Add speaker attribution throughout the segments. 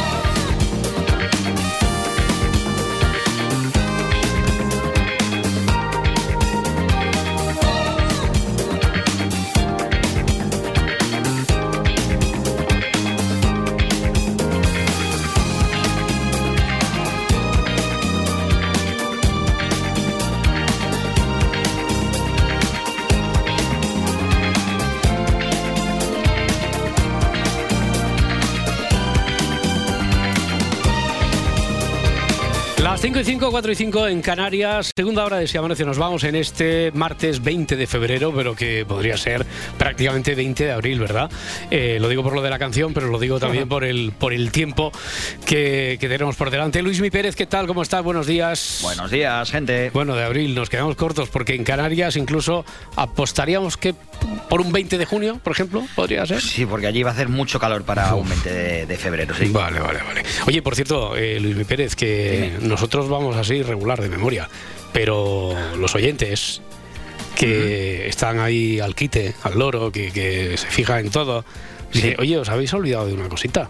Speaker 1: Las 5 y 5, 4 y 5 en Canarias, segunda hora de Si Amanece. Nos vamos en este martes 20 de febrero, pero que podría ser prácticamente 20 de abril, ¿verdad? Eh, lo digo por lo de la canción, pero lo digo también por el, por el tiempo que, que tenemos por delante. Luis Mi Pérez, ¿qué tal? ¿Cómo estás? Buenos días.
Speaker 2: Buenos días, gente.
Speaker 1: Bueno, de abril nos quedamos cortos porque en Canarias incluso apostaríamos que por un 20 de junio, por ejemplo, podría ser.
Speaker 2: Sí, porque allí va a hacer mucho calor para un 20 de, de febrero, sí.
Speaker 1: Vale, vale, vale. Oye, por cierto, eh, Luis Mi Pérez, que nosotros vamos así regular de memoria, pero los oyentes que están ahí al quite, al loro, que, que se fijan en todo, dicen, oye, os habéis olvidado de una cosita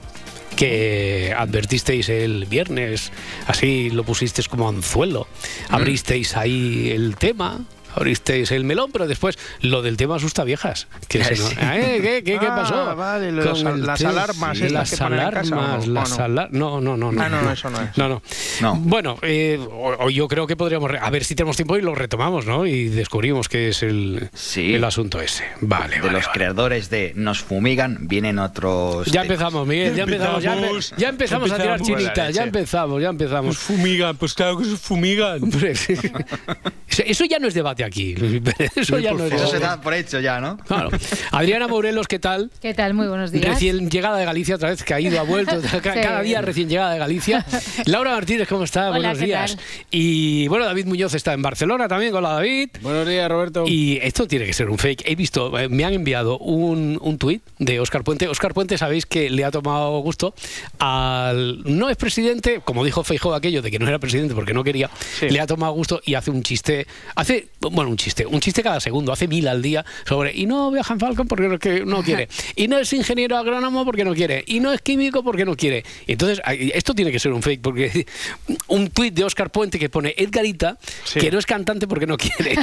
Speaker 1: que advertisteis el viernes, así lo pusisteis como anzuelo, abristeis ahí el tema. Abristeis el melón, pero después lo del tema asusta viejas. Que se no-
Speaker 2: Sí.
Speaker 1: ¿Eh? ¿Qué, qué- qué
Speaker 3: Ah,
Speaker 1: pasó?
Speaker 3: vale, lo-
Speaker 1: Con el
Speaker 3: las
Speaker 1: té,
Speaker 3: alarmas
Speaker 1: sí,
Speaker 3: estas que
Speaker 1: las
Speaker 3: ponen en
Speaker 1: alarmas,
Speaker 3: casa, ¿o no?
Speaker 1: las
Speaker 3: ¿O no?
Speaker 1: alarmas. No, no, no, no.
Speaker 3: Ah, no, eso no es.
Speaker 1: No, no.
Speaker 2: No.
Speaker 1: Bueno, eh, o- o yo creo que podríamos. re- A ver si tenemos tiempo y lo retomamos, ¿no? Y descubrimos qué es el,
Speaker 2: Sí.
Speaker 1: el asunto ese. Pues Vale,
Speaker 2: De
Speaker 1: vale,
Speaker 2: los
Speaker 1: vale.
Speaker 2: creadores de Nos Fumigan vienen otros.
Speaker 1: Ya
Speaker 2: temas.
Speaker 1: empezamos, Miguel, Eh, ya empezamos, ya, empe-
Speaker 4: Empezamos.
Speaker 1: ya empezamos a tirar
Speaker 4: Empezamos. Buena
Speaker 1: chinitas,
Speaker 4: leche.
Speaker 1: ya empezamos, ya
Speaker 4: Pues
Speaker 1: empezamos.
Speaker 4: fumigan, pues claro que se fumigan.
Speaker 1: Hombre, sí. Eso- Eso ya no es debate aquí. Luis, Eso ya no es
Speaker 2: Eso se
Speaker 1: debate.
Speaker 2: da por hecho ya, ¿no?
Speaker 1: Claro. Adriana Morelos, ¿qué tal?
Speaker 5: ¿Qué tal? Muy buenos días.
Speaker 1: Recién llegada de Galicia, otra vez que ha ido, ha vuelto, ca- cada
Speaker 5: Sí.
Speaker 1: día recién llegada de Galicia. Laura Martínez, ¿cómo está?
Speaker 5: Hola,
Speaker 1: Buenos
Speaker 5: ¿qué
Speaker 1: días.
Speaker 5: tal?
Speaker 1: Y bueno, David Muñoz está en Barcelona también. Hola, David.
Speaker 3: Buenos días, Roberto.
Speaker 1: Y esto tiene que ser un fake. He visto, eh, me han enviado un, un tuit de Óscar Puente. Óscar Puente, sabéis que le ha tomado gusto al. No es presidente, como dijo Feijóo aquello de que no era presidente porque no quería, le ha tomado gusto y hace un chiste. Hace, bueno, un chiste, un chiste cada segundo, hace mil al día sobre. Y no viaja en Falcon porque no, que no quiere. Y no es ingeniero agrónomo porque no quiere. Y no es químico porque no quiere. Entonces, a- esto tiene que ser un fake porque un tuit de Óscar Puente que pone Edgarita,
Speaker 3: Sí.
Speaker 1: que no es cantante porque no quiere.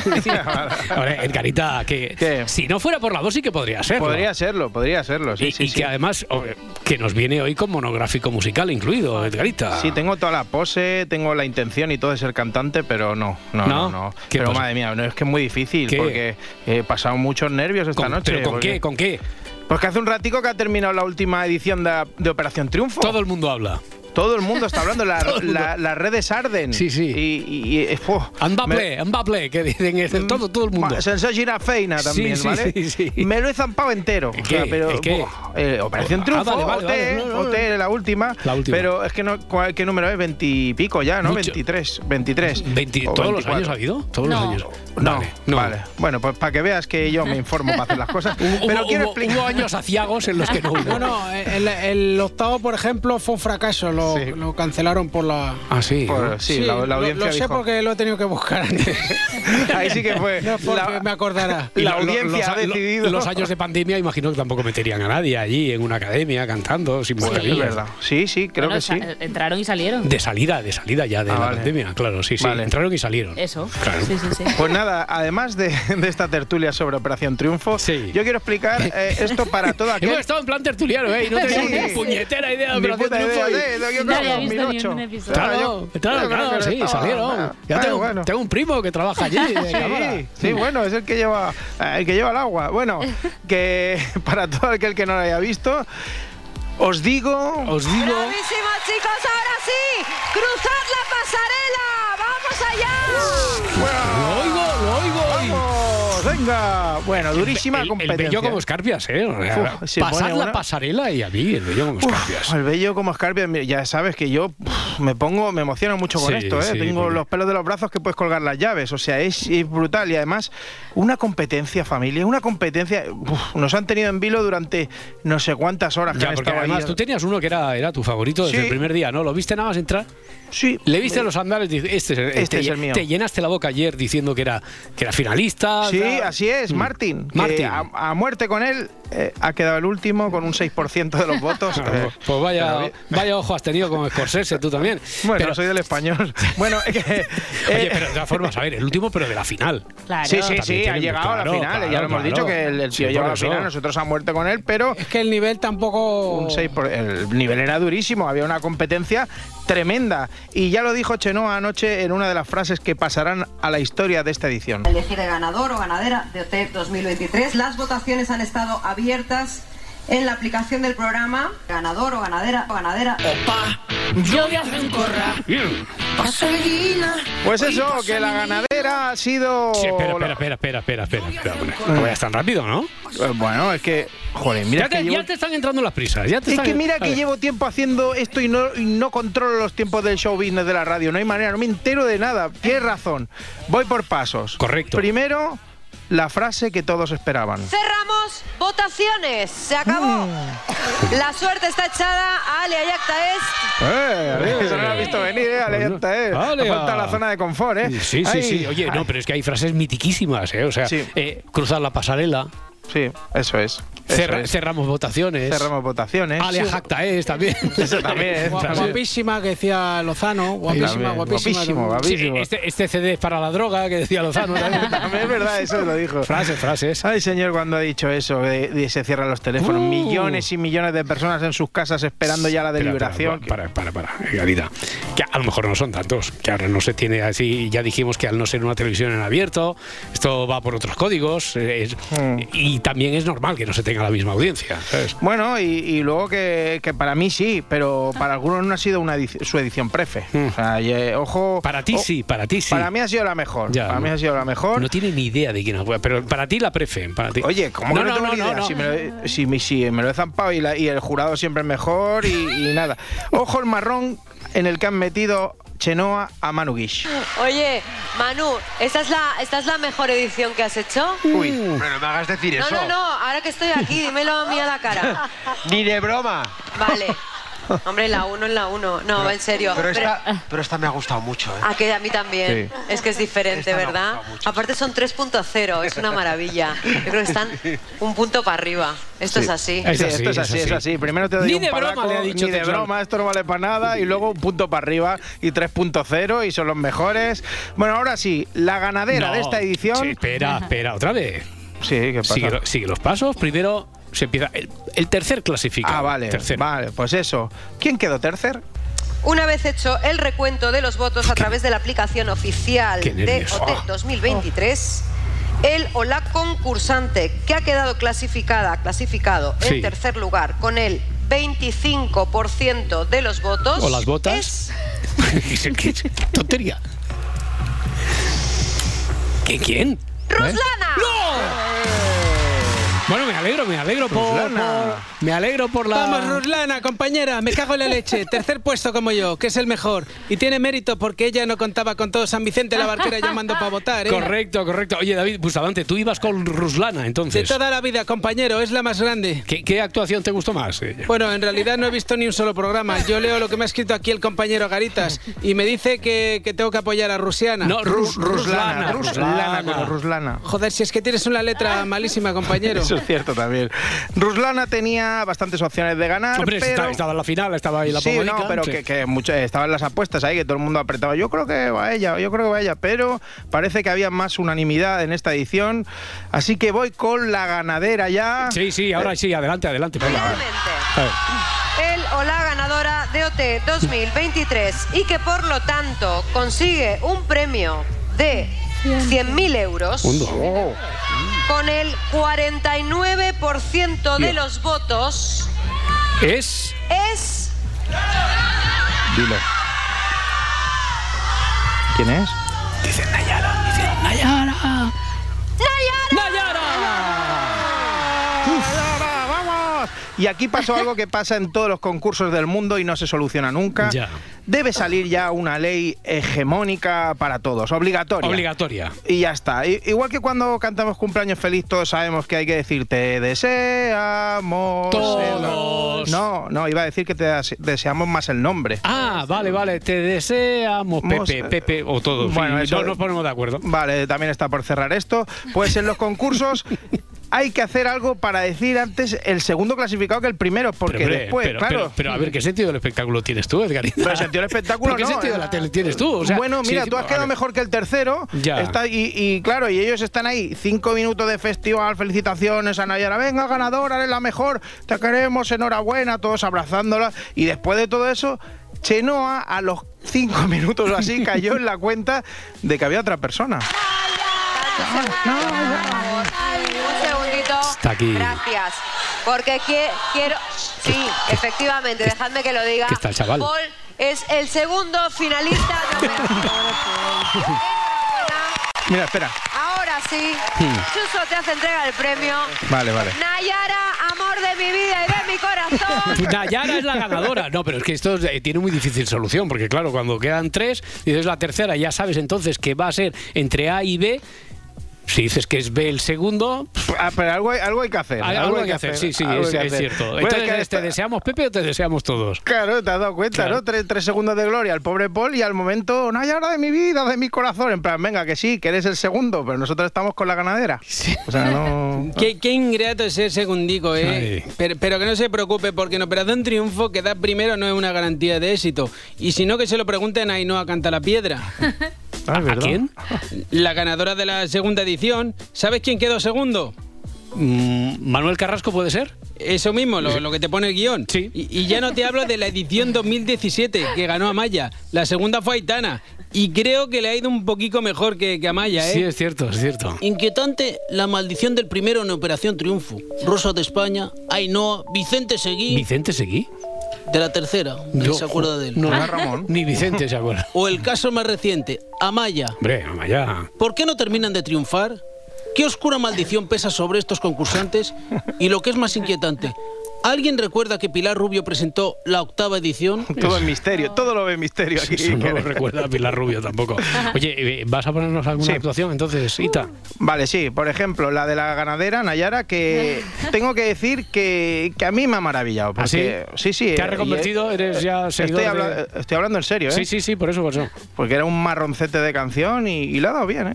Speaker 1: Ahora, Edgarita, que
Speaker 3: ¿Qué?
Speaker 1: si no fuera por la voz sí que podría ser.
Speaker 3: Podría serlo, podría serlo, sí,
Speaker 1: y,
Speaker 3: sí,
Speaker 1: y
Speaker 3: sí.
Speaker 1: que además o- que nos viene hoy con monográfico musical incluido, Edgarita.
Speaker 3: Sí, tengo toda la pose, tengo la intención y todo de ser cantante, pero no, no,
Speaker 1: ¿No?
Speaker 3: no, no.
Speaker 1: ¿Qué
Speaker 3: Pero
Speaker 1: pasa?
Speaker 3: madre mía, no, es que es muy difícil
Speaker 1: ¿Qué?
Speaker 3: porque he pasado muchos nervios esta
Speaker 1: Con-
Speaker 3: noche.
Speaker 1: ¿Pero con
Speaker 3: porque-
Speaker 1: qué? ¿Con qué?
Speaker 3: Pues que hace un ratico que ha terminado la última edición de, de Operación Triunfo.
Speaker 1: Todo el mundo habla.
Speaker 3: Todo el mundo está hablando, la-
Speaker 1: Todo el mundo.
Speaker 3: la- las redes arden.
Speaker 1: Sí, sí.
Speaker 3: Y, y- y- eh, fu,
Speaker 1: Mbappé,
Speaker 3: me-
Speaker 1: Mbappé, que dicen es- todo, todo el mundo.
Speaker 3: Ma- Sensor Mm, Girafeina
Speaker 1: Sí,
Speaker 3: también,
Speaker 1: sí,
Speaker 3: ¿vale?
Speaker 1: sí, sí.
Speaker 3: Me lo he zampado entero.
Speaker 1: ¿El
Speaker 3: O sea,
Speaker 1: qué?
Speaker 3: pero,
Speaker 1: ¿El qué?
Speaker 3: buah, eh, Operación
Speaker 1: Ah,
Speaker 3: Triunfo,
Speaker 1: vale, vale,
Speaker 3: OT,
Speaker 1: vale, no, no,
Speaker 3: OT, la última.
Speaker 1: La última.
Speaker 3: Pero es que no, ¿cuál- ¿qué número es? Veintipico ya, ¿no?
Speaker 1: Mucho.
Speaker 3: Veintitrés, 23, 23.
Speaker 1: 20
Speaker 3: o
Speaker 1: ¿Todos los
Speaker 3: 24.
Speaker 1: años ha habido? Todos los
Speaker 5: No.
Speaker 1: años.
Speaker 3: No,
Speaker 1: Vale, no.
Speaker 3: vale. Bueno, pues para que veas que yo me informo para hacer las cosas.
Speaker 1: Hubo,
Speaker 3: pero
Speaker 1: hubo-
Speaker 3: quiero
Speaker 1: hubo-
Speaker 3: explicar.
Speaker 1: hubo años aciagos en los que no hubo.
Speaker 6: No, no, eh. el, el octavo, por ejemplo, fue un fracaso. Lo,
Speaker 3: Sí.
Speaker 6: lo cancelaron por la.
Speaker 1: Ah, sí.
Speaker 3: Por-
Speaker 1: ¿no?
Speaker 3: sí, la, la
Speaker 6: lo-
Speaker 3: audiencia
Speaker 6: Lo, sé
Speaker 3: dijo.
Speaker 6: porque lo he tenido que buscar antes.
Speaker 3: Ahí sí que fue.
Speaker 6: No, porque
Speaker 3: la-
Speaker 6: me acordará.
Speaker 1: Y
Speaker 3: la
Speaker 1: lo- lo-
Speaker 3: audiencia
Speaker 1: los,
Speaker 3: ha
Speaker 1: a- lo-
Speaker 3: decidido.
Speaker 1: Los años de pandemia, imagino que tampoco meterían a nadie allí en una academia cantando sin
Speaker 3: Bueno, es
Speaker 1: mascarilla.
Speaker 3: verdad. Sí, sí, creo
Speaker 7: Bueno,
Speaker 3: que sí.
Speaker 7: sa-
Speaker 8: eh,
Speaker 7: Entraron y salieron.
Speaker 1: De salida, de salida ya de
Speaker 3: Ah,
Speaker 1: la
Speaker 3: vale.
Speaker 1: pandemia, claro, sí, sí.
Speaker 3: Vale.
Speaker 1: Entraron y salieron.
Speaker 7: Eso.
Speaker 1: Claro.
Speaker 7: Sí, sí, sí.
Speaker 3: Pues nada, además de, de esta tertulia sobre Operación Triunfo,
Speaker 1: Sí.
Speaker 3: yo quiero explicar eh, esto para todo aquel.
Speaker 1: Hemos estado en plan tertuliano, ¿eh? Y no
Speaker 3: Sí.
Speaker 1: tenía ni puñetera idea de
Speaker 3: Ni
Speaker 1: Operación
Speaker 3: puta
Speaker 1: Triunfo.
Speaker 3: idea,
Speaker 1: y-
Speaker 3: sí, lo que
Speaker 7: Nadie
Speaker 3: hablaba
Speaker 7: ha
Speaker 3: en
Speaker 7: visto ni
Speaker 3: 2008.
Speaker 7: un episodio.
Speaker 1: Claro,
Speaker 3: yo-
Speaker 1: claro,
Speaker 3: yo creo
Speaker 1: claro,
Speaker 3: que
Speaker 1: sí,
Speaker 3: estaba-
Speaker 1: salieron. Ya
Speaker 3: Ah,
Speaker 1: tengo,
Speaker 3: bueno.
Speaker 1: tengo un primo que trabaja allí. de cámara.
Speaker 3: Sí, sí, bueno, es el que lleva eh, el que lleva el agua. Bueno, que para todo aquel que no lo haya visto, os digo
Speaker 1: Os digo,
Speaker 9: Bravísimo, chicos, ahora sí, cruzad la pasarela, vamos allá.
Speaker 1: lo oigo, lo oigo. y-
Speaker 3: ¡Vamos! ¡Venga! Bueno, durísima
Speaker 1: el, el
Speaker 3: competencia.
Speaker 1: bello como escarpias, ¿eh? O sea,
Speaker 3: Uf, se
Speaker 1: pasad
Speaker 3: pone
Speaker 1: la
Speaker 3: una-
Speaker 1: pasarela y a mí el bello como escarpias.
Speaker 3: Uf, el bello como escarpia, mira, ya sabes que yo uf, me pongo, me emociono mucho con
Speaker 1: Sí,
Speaker 3: esto, ¿eh?
Speaker 1: sí,
Speaker 3: Tengo
Speaker 1: porque-
Speaker 3: los pelos de los brazos que puedes colgar las llaves, o sea, es, es brutal y además una competencia, familia, una competencia. Uf, nos han tenido en vilo durante no sé cuántas horas que
Speaker 1: Ya,
Speaker 3: han
Speaker 1: porque
Speaker 3: estado ahí.
Speaker 1: además tú tenías uno que era, era tu favorito desde
Speaker 3: Sí.
Speaker 1: el primer día, ¿no? Lo viste nada más entrar,
Speaker 3: Sí,
Speaker 1: le viste los andares y dices, este es el,
Speaker 3: Este
Speaker 1: te,
Speaker 3: es
Speaker 1: lle-
Speaker 3: el mío.
Speaker 1: Te llenaste la boca ayer diciendo que era, que era finalista.
Speaker 3: Sí,
Speaker 1: tal.
Speaker 3: así es, Martín. que
Speaker 1: Martín.
Speaker 3: a, a muerte con él eh, ha quedado el último con un 6% de los votos. Eh,
Speaker 1: Pues, pues vaya,
Speaker 3: pero-
Speaker 1: vaya ojo has tenido con Scorsese, tú también.
Speaker 3: Bueno,
Speaker 1: pero,
Speaker 3: soy del español. Bueno, es que,
Speaker 1: Oye,
Speaker 3: eh,
Speaker 1: pero de todas formas, a ver, el último, pero de la final.
Speaker 5: Claro.
Speaker 3: Sí, sí,
Speaker 1: También
Speaker 3: sí,
Speaker 1: tiene
Speaker 3: ha
Speaker 1: mu-
Speaker 3: llegado a la
Speaker 1: claro,
Speaker 3: final. ya
Speaker 1: claro,
Speaker 3: lo hemos dicho
Speaker 1: claro.
Speaker 3: que el, el
Speaker 1: Sí,
Speaker 3: tío llegó a
Speaker 1: por
Speaker 3: la
Speaker 1: eso.
Speaker 3: final, nosotros a muerte con él, pero
Speaker 6: Es que el nivel tampoco.
Speaker 3: un 6 por- el nivel era durísimo, había una competencia tremenda. Y ya lo dijo Chenoa anoche en una de las frases que pasarán a la historia de esta edición.
Speaker 7: elegir el ganador o ganadera de OT 2023. Las votaciones han estado abiertas en la aplicación del programa. Ganador o ganadera o ganadera.
Speaker 3: Pues eso, que la ganadera ha sido...
Speaker 1: Sí, espera, espera, espera, espera, espera, espera. espera, bueno, no vayas tan rápido, ¿no?
Speaker 3: Eh, Bueno, es que... Joder, mira
Speaker 1: Ya
Speaker 3: que
Speaker 1: te,
Speaker 3: llevo-
Speaker 1: ya te están entrando las prisas. Ya te
Speaker 3: Es
Speaker 1: están-
Speaker 3: que mira
Speaker 1: a
Speaker 3: que
Speaker 1: ver.
Speaker 3: llevo tiempo haciendo esto y no, y no controlo los tiempos del show business de la radio. No hay manera, no me entero de nada. Tienes razón. Voy por pasos.
Speaker 1: Correcto.
Speaker 3: Primero, la frase que todos esperaban.
Speaker 9: Cerramos votaciones. Se acabó.
Speaker 3: Mm.
Speaker 9: La suerte está echada a Ale Ayacta es
Speaker 3: ¡Eh! Eso no lo has visto venir, ¿eh? Ale, ya está, ¿eh?
Speaker 1: Vale,
Speaker 3: Ha faltado
Speaker 1: ah.
Speaker 3: la zona de confort, ¿eh?
Speaker 1: Sí, sí,
Speaker 3: Ay,
Speaker 1: sí. Oye,
Speaker 3: ay.
Speaker 1: no, pero es que hay frases mitiquísimas, ¿eh? O sea,
Speaker 3: Sí.
Speaker 1: eh, cruzar la pasarela,
Speaker 3: Sí, eso es. Eso
Speaker 1: cerra-
Speaker 3: es.
Speaker 1: cerramos votaciones.
Speaker 3: Cerramos votaciones.
Speaker 1: Alea
Speaker 3: Sí.
Speaker 1: Ah, Jacta eh, es también.
Speaker 3: Eso también, ¿eh?
Speaker 6: Gua-
Speaker 1: Frases.
Speaker 6: Guapísima que decía Lozano. Guapísima,
Speaker 3: También,
Speaker 6: guapísima.
Speaker 3: guapísimo,
Speaker 6: también.
Speaker 1: Sí,
Speaker 3: guapísimo.
Speaker 1: este, este CD es para la droga que decía Lozano. también.
Speaker 3: También es verdad, eso lo dijo.
Speaker 1: frases, frases.
Speaker 3: Ay, señor, cuando ha dicho eso, de, de se cierran los teléfonos,
Speaker 1: Uh.
Speaker 3: millones y millones de personas en sus casas esperando ya la
Speaker 1: Espera,
Speaker 3: deliberación.
Speaker 1: espera, para, para, para, Garita. Que a lo mejor no son tantos. Que ahora no se tiene así. Ya dijimos que al no ser una televisión en abierto, esto va por otros códigos. eh, es-
Speaker 3: Hmm.
Speaker 1: Y también es normal que no se tenga la misma audiencia. ¿sabes?
Speaker 3: Bueno, y, y luego que, que para mí sí, pero
Speaker 9: Ah.
Speaker 3: para algunos no ha sido una edici- su edición prefe. O sea, y, eh, ojo.
Speaker 1: Hmm. Para ti
Speaker 3: o-
Speaker 1: sí, para ti sí.
Speaker 3: Para mí ha sido la mejor.
Speaker 1: Ya,
Speaker 3: para mí
Speaker 1: no.
Speaker 3: ha sido la mejor.
Speaker 1: No tiene ni idea de quién es, güey, pero para ti la prefe. Para ti.
Speaker 3: Oye, ¿cómo que no, tengo ni idea? Si, me lo, si me- si me lo he zampado y, la- y el jurado siempre es mejor y, y nada. Ojo el marrón en el que han metido Chenoa a Manu Guix.
Speaker 9: Oye, Manu, ¿esta es, la, ¿esta es la mejor edición que has hecho?
Speaker 2: Uy, pero no me hagas decir
Speaker 9: No,
Speaker 2: eso.
Speaker 9: no, no, ahora que estoy aquí, dímelo a mí a la cara.
Speaker 2: Ni de broma.
Speaker 9: Vale. Hombre, la 1 es la 1. No, en serio.
Speaker 2: Pero
Speaker 9: Pero- Ah.
Speaker 2: esta, pero esta me ha gustado mucho, ¿eh?
Speaker 9: a que a mí también. Es que es diferente,
Speaker 2: Esta me ha
Speaker 9: ¿verdad?
Speaker 2: gustado mucho.
Speaker 9: Aparte son 3.0, es una maravilla. Yo creo que están un punto para arriba. Esto es así.
Speaker 1: Es
Speaker 3: Sí,
Speaker 1: así,
Speaker 3: esto es así,
Speaker 1: es
Speaker 3: es así.
Speaker 1: así.
Speaker 3: Primero te doy
Speaker 1: Ni
Speaker 3: un
Speaker 1: de broma
Speaker 3: palaco,
Speaker 1: le ha dicho este
Speaker 3: ni de
Speaker 1: Tetuán.
Speaker 3: broma, esto no vale para nada, y luego un punto para arriba y 3.0 y son los mejores. Bueno, ahora sí, la ganadera
Speaker 1: No,
Speaker 3: de esta
Speaker 1: sí,
Speaker 3: edición...
Speaker 1: espera, espera, otra vez.
Speaker 3: Sí, ¿qué pasa?
Speaker 1: Sigue, lo- sigue los pasos. Primero se empieza. El, el tercer clasificado.
Speaker 3: Ah, vale,
Speaker 1: Tercero.
Speaker 3: vale, pues eso. ¿Quién quedó tercer?
Speaker 7: Una vez hecho el recuento de los votos a través de la aplicación oficial
Speaker 1: Qué
Speaker 7: de
Speaker 1: nervios. Ah.
Speaker 7: OT 2023, el o la concursante que ha quedado clasificada, clasificado en
Speaker 1: Sí.
Speaker 7: tercer lugar con el 25% de los votos
Speaker 1: O las botas.
Speaker 7: es
Speaker 1: ¿Qué- qué- qué tontería. ¿Qué, ¿Quién?
Speaker 7: Ruslana.
Speaker 1: Bueno, me alegro, me alegro por,
Speaker 3: Ruslana.
Speaker 1: por- Me alegro por la.
Speaker 6: Vamos, Ruslana, compañera, me cago en la leche. Tercer puesto como yo, que es el mejor. Y tiene mérito porque ella no contaba con todo San Vicente la Barquera llamando para votar. ¿eh?
Speaker 1: Correcto, correcto. Oye, David Bustamante, tú ibas con Ruslana,
Speaker 6: De
Speaker 1: entonces.
Speaker 6: toda la vida, compañero, es la más grande.
Speaker 1: ¿Qué, qué actuación te gustó más? Eh,
Speaker 6: Bueno, en realidad no he visto ni un solo programa. Yo leo lo que me ha escrito aquí el compañero Garitas y me dice que, que tengo que apoyar a Rusiana.
Speaker 1: No, Rus- Ruslana.
Speaker 3: Ruslana, como Ruslana.
Speaker 6: Joder, si es que tienes una letra malísima, compañero.
Speaker 3: Eso es cierto también. Ruslana tenía bastantes opciones de ganar,
Speaker 1: Hombre,
Speaker 3: pero...
Speaker 1: estaba, estaba en la final, estaba ahí la
Speaker 3: sí,
Speaker 1: pomadica,
Speaker 3: no, pero
Speaker 1: sí.
Speaker 3: que, que mucho- estaban las apuestas ahí, que todo el mundo apretaba. Yo creo que va ella, yo creo que va ella, pero parece que había más unanimidad en esta edición. Así que voy con la ganadera ya.
Speaker 1: Sí, sí, ahora sí, adelante, adelante. venga, a ver.
Speaker 7: Finalmente,
Speaker 1: A ver.
Speaker 7: el o la ganadora de OT 2023 y que por lo tanto consigue un premio de 100.000 euros
Speaker 3: Oh,
Speaker 7: con el 49% de los votos
Speaker 1: Es.
Speaker 7: es
Speaker 3: dilo. ¿Quién es?
Speaker 1: ¡Nayara!
Speaker 3: ¡Ganadora! ¡Vamos! Y aquí pasó algo que pasa en todos los concursos del mundo y no se soluciona nunca.
Speaker 1: Ya.
Speaker 3: Debe salir ya una ley hegemónica para todos, obligatoria.
Speaker 1: Obligatoria.
Speaker 3: Y ya está. I- Igual que cuando cantamos cumpleaños feliz, todos sabemos que hay que decir te deseamos. el-
Speaker 1: Todos.
Speaker 3: No, no, iba a decir que te dese- deseamos más el nombre.
Speaker 1: Ah, vale, vale. Te deseamos,
Speaker 3: Mos-
Speaker 1: Pepe, Pepe o todos.
Speaker 3: Bueno,
Speaker 1: Bueno,
Speaker 3: eso-
Speaker 1: nos ponemos de acuerdo.
Speaker 3: Vale, también está por cerrar esto. Pues en los concursos hay que hacer algo para decir antes el segundo clasificado que el primero, porque
Speaker 1: hombre,
Speaker 3: después,
Speaker 1: pero,
Speaker 3: claro.
Speaker 1: pero- pero, a ver, ¿qué sentido del espectáculo tienes tú, Edgarita?
Speaker 3: Pero el sentido del espectáculo
Speaker 1: ¿Pero ¿Qué
Speaker 3: no,
Speaker 1: sentido de
Speaker 3: eh.
Speaker 1: la tele tienes tú? O sea,
Speaker 3: bueno,
Speaker 1: si
Speaker 3: mira, tú
Speaker 1: decimos-
Speaker 3: has quedado
Speaker 1: a ver,
Speaker 3: mejor que el tercero.
Speaker 1: Ya.
Speaker 3: Está- y, y claro, y ellos están ahí. Cinco minutos de festival, felicitaciones a Nayara. Venga, ganadora, eres la mejor. Te queremos, enhorabuena, todos abrazándola. Y después de todo eso, Chenoa a los cinco minutos o así cayó en la cuenta de que había otra persona.
Speaker 7: Un segundito.
Speaker 1: Está aquí.
Speaker 7: Gracias. Porque qui- quiero. Sí, efectivamente, dejadme que lo diga.
Speaker 1: que está el chaval.
Speaker 7: Paul es el segundo finalista. número uno. Enhorabuena.
Speaker 3: Mira, espera.
Speaker 7: Ahora sí,
Speaker 1: Hmm.
Speaker 7: Chuso te hace entrega el premio.
Speaker 3: Vale, vale.
Speaker 7: Nayara, amor de mi vida y de mi corazón.
Speaker 1: Nayara es la ganadora. No, pero es que esto eh, tiene muy difícil solución, porque claro, cuando quedan tres, dices la tercera, ya sabes entonces que va a ser entre A y B. Si dices que es B el segundo,
Speaker 3: Ah, pero algo hay, algo hay que hacer.
Speaker 1: hay algo, hay que hacer. Sí, sí,
Speaker 3: algo
Speaker 1: es,
Speaker 3: hay que
Speaker 1: es
Speaker 3: hacer.
Speaker 1: cierto.
Speaker 3: Bueno,
Speaker 1: entonces,
Speaker 3: es que
Speaker 1: ¿te
Speaker 3: esta-
Speaker 1: deseamos Pepe o te deseamos todos?
Speaker 3: Claro, te has dado cuenta,
Speaker 1: Claro.
Speaker 3: ¿no? Tres, tres segundos de gloria al pobre Paul y al momento, no hay hora de mi vida, de mi corazón. En plan, venga, que sí, que eres el segundo, pero nosotros estamos con la ganadera. O sea, no.
Speaker 6: Qué, qué ingrato es ser segundico, ¿eh?
Speaker 1: Ay.
Speaker 6: Pero, pero que no se preocupe, porque en Operación Triunfo quedar primero no es una garantía de éxito. Y si no, que se lo pregunten a Ainhoa Canta la Piedra,
Speaker 3: Ah, es
Speaker 1: ¿A
Speaker 3: verdad.
Speaker 1: quién?
Speaker 6: la ganadora de la segunda edición. ¿Sabes quién quedó segundo?
Speaker 1: Mm, ¿Manuel Carrasco puede ser?
Speaker 6: Eso mismo, lo, lo que te pone el guión.
Speaker 1: Sí.
Speaker 6: Y, y ya no te hablo de la edición 2017, que ganó Amaya. La segunda fue Aitana. Y creo que le ha ido un poquito mejor que, que Amaya, ¿eh?
Speaker 1: Sí, es cierto, es cierto.
Speaker 5: Inquietante la maldición del primero en Operación Triunfo. Rosa de España, Ainhoa, Vicente Seguí,
Speaker 1: ¿Vicente Seguí?
Speaker 5: de la tercera, nadie
Speaker 1: Yo-
Speaker 5: se acuerda de él.
Speaker 1: No,
Speaker 3: Ah, Ramón.
Speaker 1: Ni Vicente se acuerda.
Speaker 5: O el caso más reciente, Amaya.
Speaker 1: Hombre, vaya.
Speaker 5: ¿Por qué no terminan de triunfar? ¿Qué oscura maldición pesa sobre estos concursantes? Y lo que es más inquietante, ¿alguien recuerda que Pilar Rubio presentó la octava edición?
Speaker 3: Todo es misterio, todo lo ve misterio aquí.
Speaker 1: Eso no lo recuerda a Pilar Rubio tampoco. Oye, eh, ¿vas a ponernos alguna
Speaker 3: Sí.
Speaker 1: actuación entonces, Ita?
Speaker 3: Vale, sí, por ejemplo, la de la ganadera, Nayara, que tengo que decir que, que a mí me ha maravillado.
Speaker 1: ¿Ah, sí?
Speaker 3: Porque, sí, sí.
Speaker 1: ¿Te has
Speaker 3: eh,
Speaker 1: reconvertido?
Speaker 3: y, eh,
Speaker 1: ¿Eres ya seguidor
Speaker 3: Estoy, habla-
Speaker 1: de-
Speaker 3: estoy hablando en serio, ¿eh?
Speaker 1: Sí, sí, sí, por eso, por eso.
Speaker 3: Porque era un marroncete de canción y, y lo ha dado bien, ¿eh?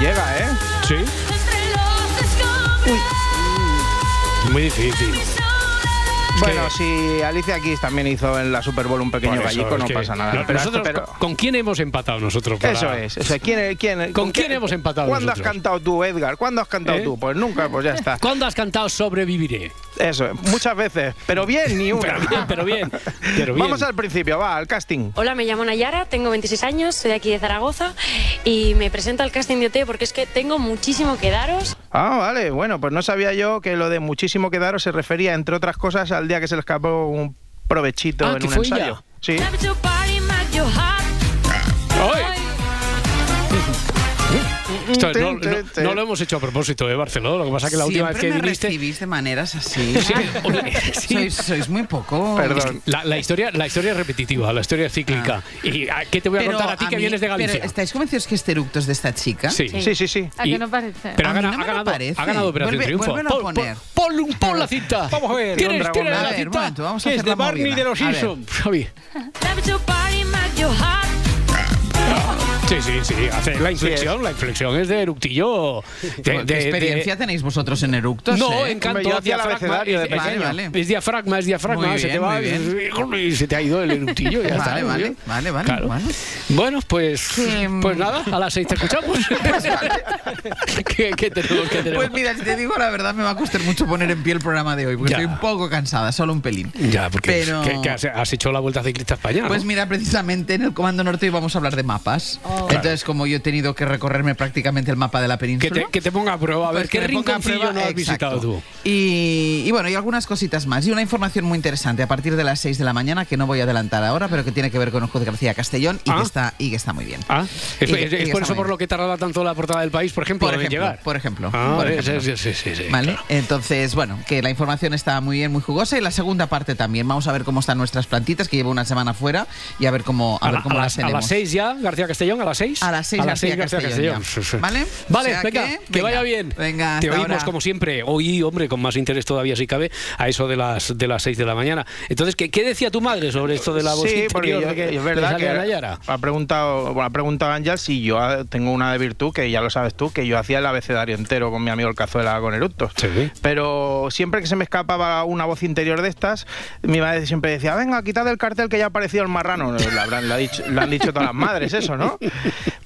Speaker 3: Llega, ¿eh?
Speaker 1: Sí. Muy difícil.
Speaker 3: Bueno,
Speaker 1: que-
Speaker 3: si Alicia Keys también hizo en la Super Bowl un pequeño
Speaker 1: Por eso,
Speaker 3: gallico,
Speaker 1: es
Speaker 3: no
Speaker 1: que
Speaker 3: pasa nada.
Speaker 1: no-
Speaker 3: Pero
Speaker 1: nosotros,
Speaker 3: esto- pero-
Speaker 1: ¿Con quién hemos empatado nosotros? para-
Speaker 3: Eso es. o sea, ¿quién, quién-
Speaker 1: ¿Con quién
Speaker 3: qué-
Speaker 1: hemos empatado
Speaker 3: ¿Cuándo
Speaker 1: nosotros?
Speaker 3: has cantado tú, Edgar? ¿Cuándo has cantado
Speaker 1: ¿Eh?
Speaker 3: tú? Pues nunca, pues ya está.
Speaker 1: ¿Cuándo has cantado Sobreviviré?
Speaker 3: Eso, es, muchas veces. Pero bien, ni una.
Speaker 1: Pero bien, pero bien. Pero bien.
Speaker 3: Vamos al principio, va, al casting.
Speaker 10: Hola, me llamo Nayara, tengo 26 años, soy de aquí de Zaragoza y me presento al casting de OT porque es que tengo muchísimo que daros.
Speaker 3: Ah, vale, bueno, pues no sabía yo que lo de muchísimo quedaros se refería, entre otras cosas, al día que se le escapó un provechito
Speaker 1: Ah,
Speaker 3: en
Speaker 1: que
Speaker 3: un
Speaker 1: fue ella.
Speaker 3: ensayo. Sí.
Speaker 1: Esto no,
Speaker 3: Tin, tin,
Speaker 1: no-
Speaker 3: tin.
Speaker 1: no lo hemos hecho a propósito, ¿eh, Barcelona? Lo que pasa es que la última vez que
Speaker 11: Siempre me
Speaker 1: viniste...
Speaker 11: recibís de maneras así.
Speaker 1: Sí, oye, sí.
Speaker 11: Sois, sois muy poco.
Speaker 3: Perdón. Ah.
Speaker 1: La, la historia, la historia es repetitiva, la historia es cíclica. ¿Y a qué te voy a
Speaker 11: Pero
Speaker 1: contar a ti que
Speaker 11: mí-
Speaker 1: vienes de Galicia?
Speaker 11: Pero ¿Estáis convencidos que este eructo es de esta chica?
Speaker 1: Sí.
Speaker 3: Sí, sí, sí.
Speaker 9: ¿A
Speaker 1: Y-
Speaker 9: que no parece?
Speaker 1: Pero
Speaker 11: A
Speaker 1: ha
Speaker 11: mí
Speaker 1: ganado,
Speaker 11: no me
Speaker 1: ha
Speaker 11: lo
Speaker 1: ganado,
Speaker 11: parece.
Speaker 1: ha ganado Operación
Speaker 11: Vuelve-
Speaker 1: Triunfo.
Speaker 11: vuélvelo a
Speaker 1: Pon- pon-
Speaker 11: poner.
Speaker 1: pon un- pon la cinta.
Speaker 6: Vamos a ver.
Speaker 1: ¿Tienes,
Speaker 3: Don
Speaker 1: tienes
Speaker 3: Dragonal.
Speaker 1: la
Speaker 11: A ver, un
Speaker 1: cinta?
Speaker 11: momento, vamos a
Speaker 6: que es
Speaker 11: hacer
Speaker 6: de
Speaker 11: la
Speaker 6: Barney
Speaker 11: movida.
Speaker 6: de los
Speaker 11: A ver.
Speaker 6: Simpson.
Speaker 1: Javi. Sí, sí, sí. Hace la inflexión, la inflexión es de eructillo. De,
Speaker 11: ¿Qué
Speaker 1: de- de-
Speaker 11: experiencia tenéis vosotros en eructos?
Speaker 1: no,
Speaker 11: eh?
Speaker 1: en canto
Speaker 3: Hombre, yo hacía el
Speaker 1: diafragma,
Speaker 3: abecedario de
Speaker 1: es- es-
Speaker 11: pequeño. Vale, vale.
Speaker 1: Es diafragma, es diafragma,
Speaker 11: Muy
Speaker 1: se te
Speaker 11: bien,
Speaker 1: va
Speaker 11: muy
Speaker 1: y se te ha ido el eructillo.
Speaker 11: Vale,
Speaker 1: Ya está,
Speaker 11: vale,
Speaker 1: ¿no?
Speaker 11: vale, vale,
Speaker 1: Claro.
Speaker 11: bueno.
Speaker 1: Bueno, pues,
Speaker 11: Que, mm,
Speaker 1: pues nada, a las seis te escuchamos. ¿Qué, qué tenemos? ¿Qué tenemos?
Speaker 11: Pues mira, si te digo la verdad, me va a costar mucho poner en pie el programa de hoy, porque
Speaker 1: Ya.
Speaker 11: estoy un poco cansada, solo un pelín.
Speaker 1: ya, porque
Speaker 11: Pero-
Speaker 1: que- que has, has hecho la Vuelta Ciclista Española.
Speaker 11: Pues mira, precisamente en el Comando Norte hoy vamos a hablar de mapas. mapas. Entonces, como yo he tenido que recorrerme prácticamente el mapa de la
Speaker 1: Que
Speaker 11: península.
Speaker 1: Oh. te, que te ponga a prueba, a ver
Speaker 11: Pues
Speaker 1: qué
Speaker 11: que me ponga a
Speaker 1: rinconcillo
Speaker 11: prueba,
Speaker 1: no has
Speaker 11: exacto.
Speaker 1: visitado tú.
Speaker 11: Y, y bueno, y algunas cositas más. Y una información muy interesante a partir de las 6 de la mañana que no voy a adelantar ahora, pero que tiene que ver con el juez García Castellón y,
Speaker 1: Ah.
Speaker 11: que, está, y que está muy bien.
Speaker 1: Ah, Es,
Speaker 11: Y-
Speaker 1: es-
Speaker 11: y
Speaker 1: es
Speaker 11: está
Speaker 1: por eso
Speaker 11: muy
Speaker 1: por
Speaker 11: bien.
Speaker 1: lo que tardaba tanto la portada del país, por ejemplo,
Speaker 11: Por
Speaker 1: en
Speaker 11: ejemplo,
Speaker 1: llegar.
Speaker 11: por ejemplo,
Speaker 1: Ah,
Speaker 11: por
Speaker 1: es-
Speaker 11: ejemplo.
Speaker 1: es- sí, sí, sí,
Speaker 11: ¿Vale?
Speaker 1: claro.
Speaker 11: Entonces, bueno, que la información está muy bien, muy jugosa. Y la segunda parte también. Vamos a ver cómo están nuestras plantitas, que llevo una semana fuera, y a ver cómo, a
Speaker 1: A,
Speaker 11: ver
Speaker 1: la-
Speaker 11: cómo
Speaker 1: a
Speaker 11: las
Speaker 1: las, a
Speaker 11: tenemos.
Speaker 1: las seis ya, García Castellón, a las seis.
Speaker 11: A las seis García Castellón ya. ¿Vale?
Speaker 1: Vale,
Speaker 11: O sea
Speaker 1: venga,
Speaker 11: que,
Speaker 1: que,
Speaker 11: venga.
Speaker 1: vaya bien.
Speaker 11: Venga,
Speaker 1: Te
Speaker 11: hasta
Speaker 1: oímos
Speaker 11: ahora.
Speaker 1: como siempre, hoy, hombre, con más interés todavía si cabe, a eso de las de las seis de la mañana. Entonces, ¿qué, qué decía tu madre sobre esto de la voz
Speaker 3: sí,
Speaker 1: interior
Speaker 3: porque yo-
Speaker 1: de que
Speaker 3: es
Speaker 1: le
Speaker 3: verdad
Speaker 1: sale
Speaker 3: que
Speaker 1: a la Yara?
Speaker 3: ha preguntado, bueno, ha preguntado Ángel si yo ah, tengo una de virtud, que ya lo sabes tú, que yo hacía el abecedario entero con mi amigo el Cazuela con eructos. Pero siempre que se me escapaba una voz interior de estas, mi madre siempre decía, venga, quitad el cartel que ya ha aparecido el marrano. Lo, habrán- lo ha dicho- lo han dicho todas las madres eso, ¿no?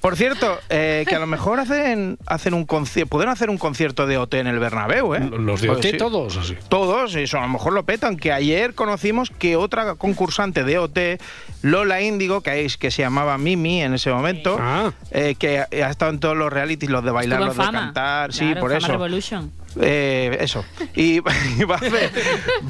Speaker 3: Por cierto, eh, que a lo mejor hacen, hacen un concierto, pueden hacer un concierto de OT en el Bernabéu, ¿eh?
Speaker 1: Los de
Speaker 3: Pues
Speaker 1: OT
Speaker 3: sí.
Speaker 1: todos, así.
Speaker 3: Todos, eso a lo mejor lo petan, que ayer conocimos que otra concursante de OT, Lola Índigo, que, es, que se llamaba Mimi en ese momento,
Speaker 1: Ah.
Speaker 3: eh, que ha ha estado en todos los realities, los de bailar,
Speaker 8: Estuvo
Speaker 3: los
Speaker 8: en
Speaker 3: de
Speaker 8: fama.
Speaker 3: cantar, sí,
Speaker 8: Claro,
Speaker 3: por
Speaker 8: Fama
Speaker 3: eso.
Speaker 8: Revolution.
Speaker 3: Eh, eso. Y, y va a hacer.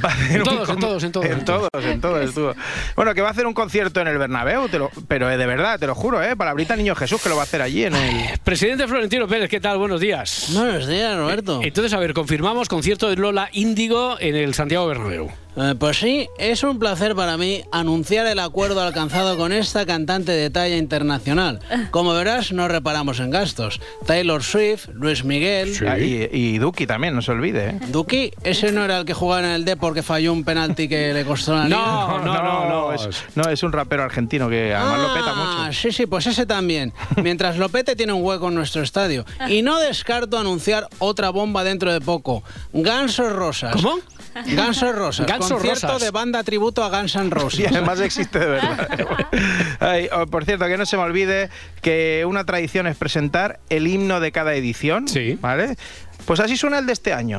Speaker 3: va a hacer un
Speaker 1: todos, en
Speaker 3: con-
Speaker 1: todos, en todos.
Speaker 3: En todos, en todos estuvo. Bueno, que va a hacer un concierto en el Bernabéu, te lo- pero eh, de verdad, te lo juro, ¿eh? Palabrita Niño Jesús, que lo va a hacer allí en el.
Speaker 1: Presidente Florentino Pérez, ¿qué tal? Buenos días. Eh,
Speaker 5: Buenos días, Roberto.
Speaker 1: Entonces, a ver, confirmamos concierto de Lola Índigo en el Santiago Bernabéu.
Speaker 5: Eh, pues sí, es un placer para mí anunciar el acuerdo alcanzado con esta cantante de talla internacional. Como verás, no reparamos en gastos. Taylor Swift, Luis Miguel...
Speaker 3: Ah, Y, y Duki también, no se olvide, ¿eh?
Speaker 5: Duki, ese no era el que jugaba en el D porque falló un penalti que le costó la liga?
Speaker 3: no, es, no, es un rapero argentino que además lo peta mucho.
Speaker 5: Ah, sí, sí, pues ese también. Mientras lo pete tiene un hueco en nuestro estadio. Y no descarto anunciar otra bomba dentro de poco. Gansos Rosas.
Speaker 1: ¿Cómo?
Speaker 5: Gansos Rosas.
Speaker 3: Guns N'
Speaker 5: concierto
Speaker 3: Rosas.
Speaker 5: de banda tributo a Guns N'
Speaker 1: Ah.
Speaker 5: Roses.
Speaker 3: Y además existe de verdad. Ay, oh, por cierto, que no se me olvide que una tradición es presentar el himno de cada edición. Sí. ¿Vale? Pues así suena el de este año.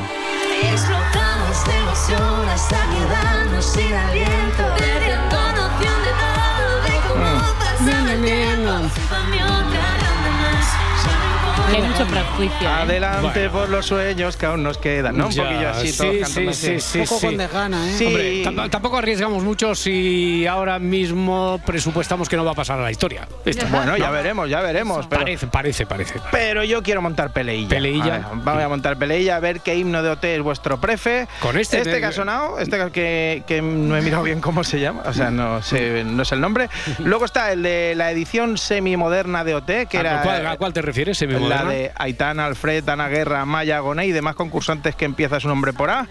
Speaker 9: Explotamos de emoción hasta quedarnos sin aliento. Perdiendo noción de todo, de cómo
Speaker 3: Mm.
Speaker 9: pasa el tiempo. Sípame otra grande más. Ya no importa.
Speaker 8: Hay mucho prejuicio. ¿eh?
Speaker 3: Adelante por los sueños que aún nos quedan, ¿no? Un
Speaker 1: Ya,
Speaker 3: poquillo así,
Speaker 1: sí,
Speaker 3: todos
Speaker 1: sí,
Speaker 3: cantando
Speaker 1: sí,
Speaker 3: así.
Speaker 1: sí, sí.
Speaker 5: ¿eh?
Speaker 3: Sí.
Speaker 1: Hombre, tamp- tampoco arriesgamos mucho si ahora mismo presupuestamos que no va a pasar a la historia. Esto.
Speaker 3: Bueno, ya
Speaker 1: No.
Speaker 3: veremos, ya veremos. Pero,
Speaker 1: Parece, parece, parece.
Speaker 3: pero yo quiero montar peleilla.
Speaker 1: Peleilla.
Speaker 3: A ver, vamos a montar peleilla, a ver qué himno de OT es vuestro prefe.
Speaker 1: Con este
Speaker 3: Este
Speaker 1: te-
Speaker 3: que ha sonado, este que, que no he mirado bien cómo se llama, o sea, no sé, no sé el nombre. Luego está el de la edición semimoderna de OT, que
Speaker 1: ¿A
Speaker 3: era...
Speaker 1: Ah, cuál, a cuál te refieres,
Speaker 3: La
Speaker 1: semimoderna?
Speaker 3: de Aitán, Alfred, Ana Guerra, Maya Goné y demás concursantes que empieza su nombre por A.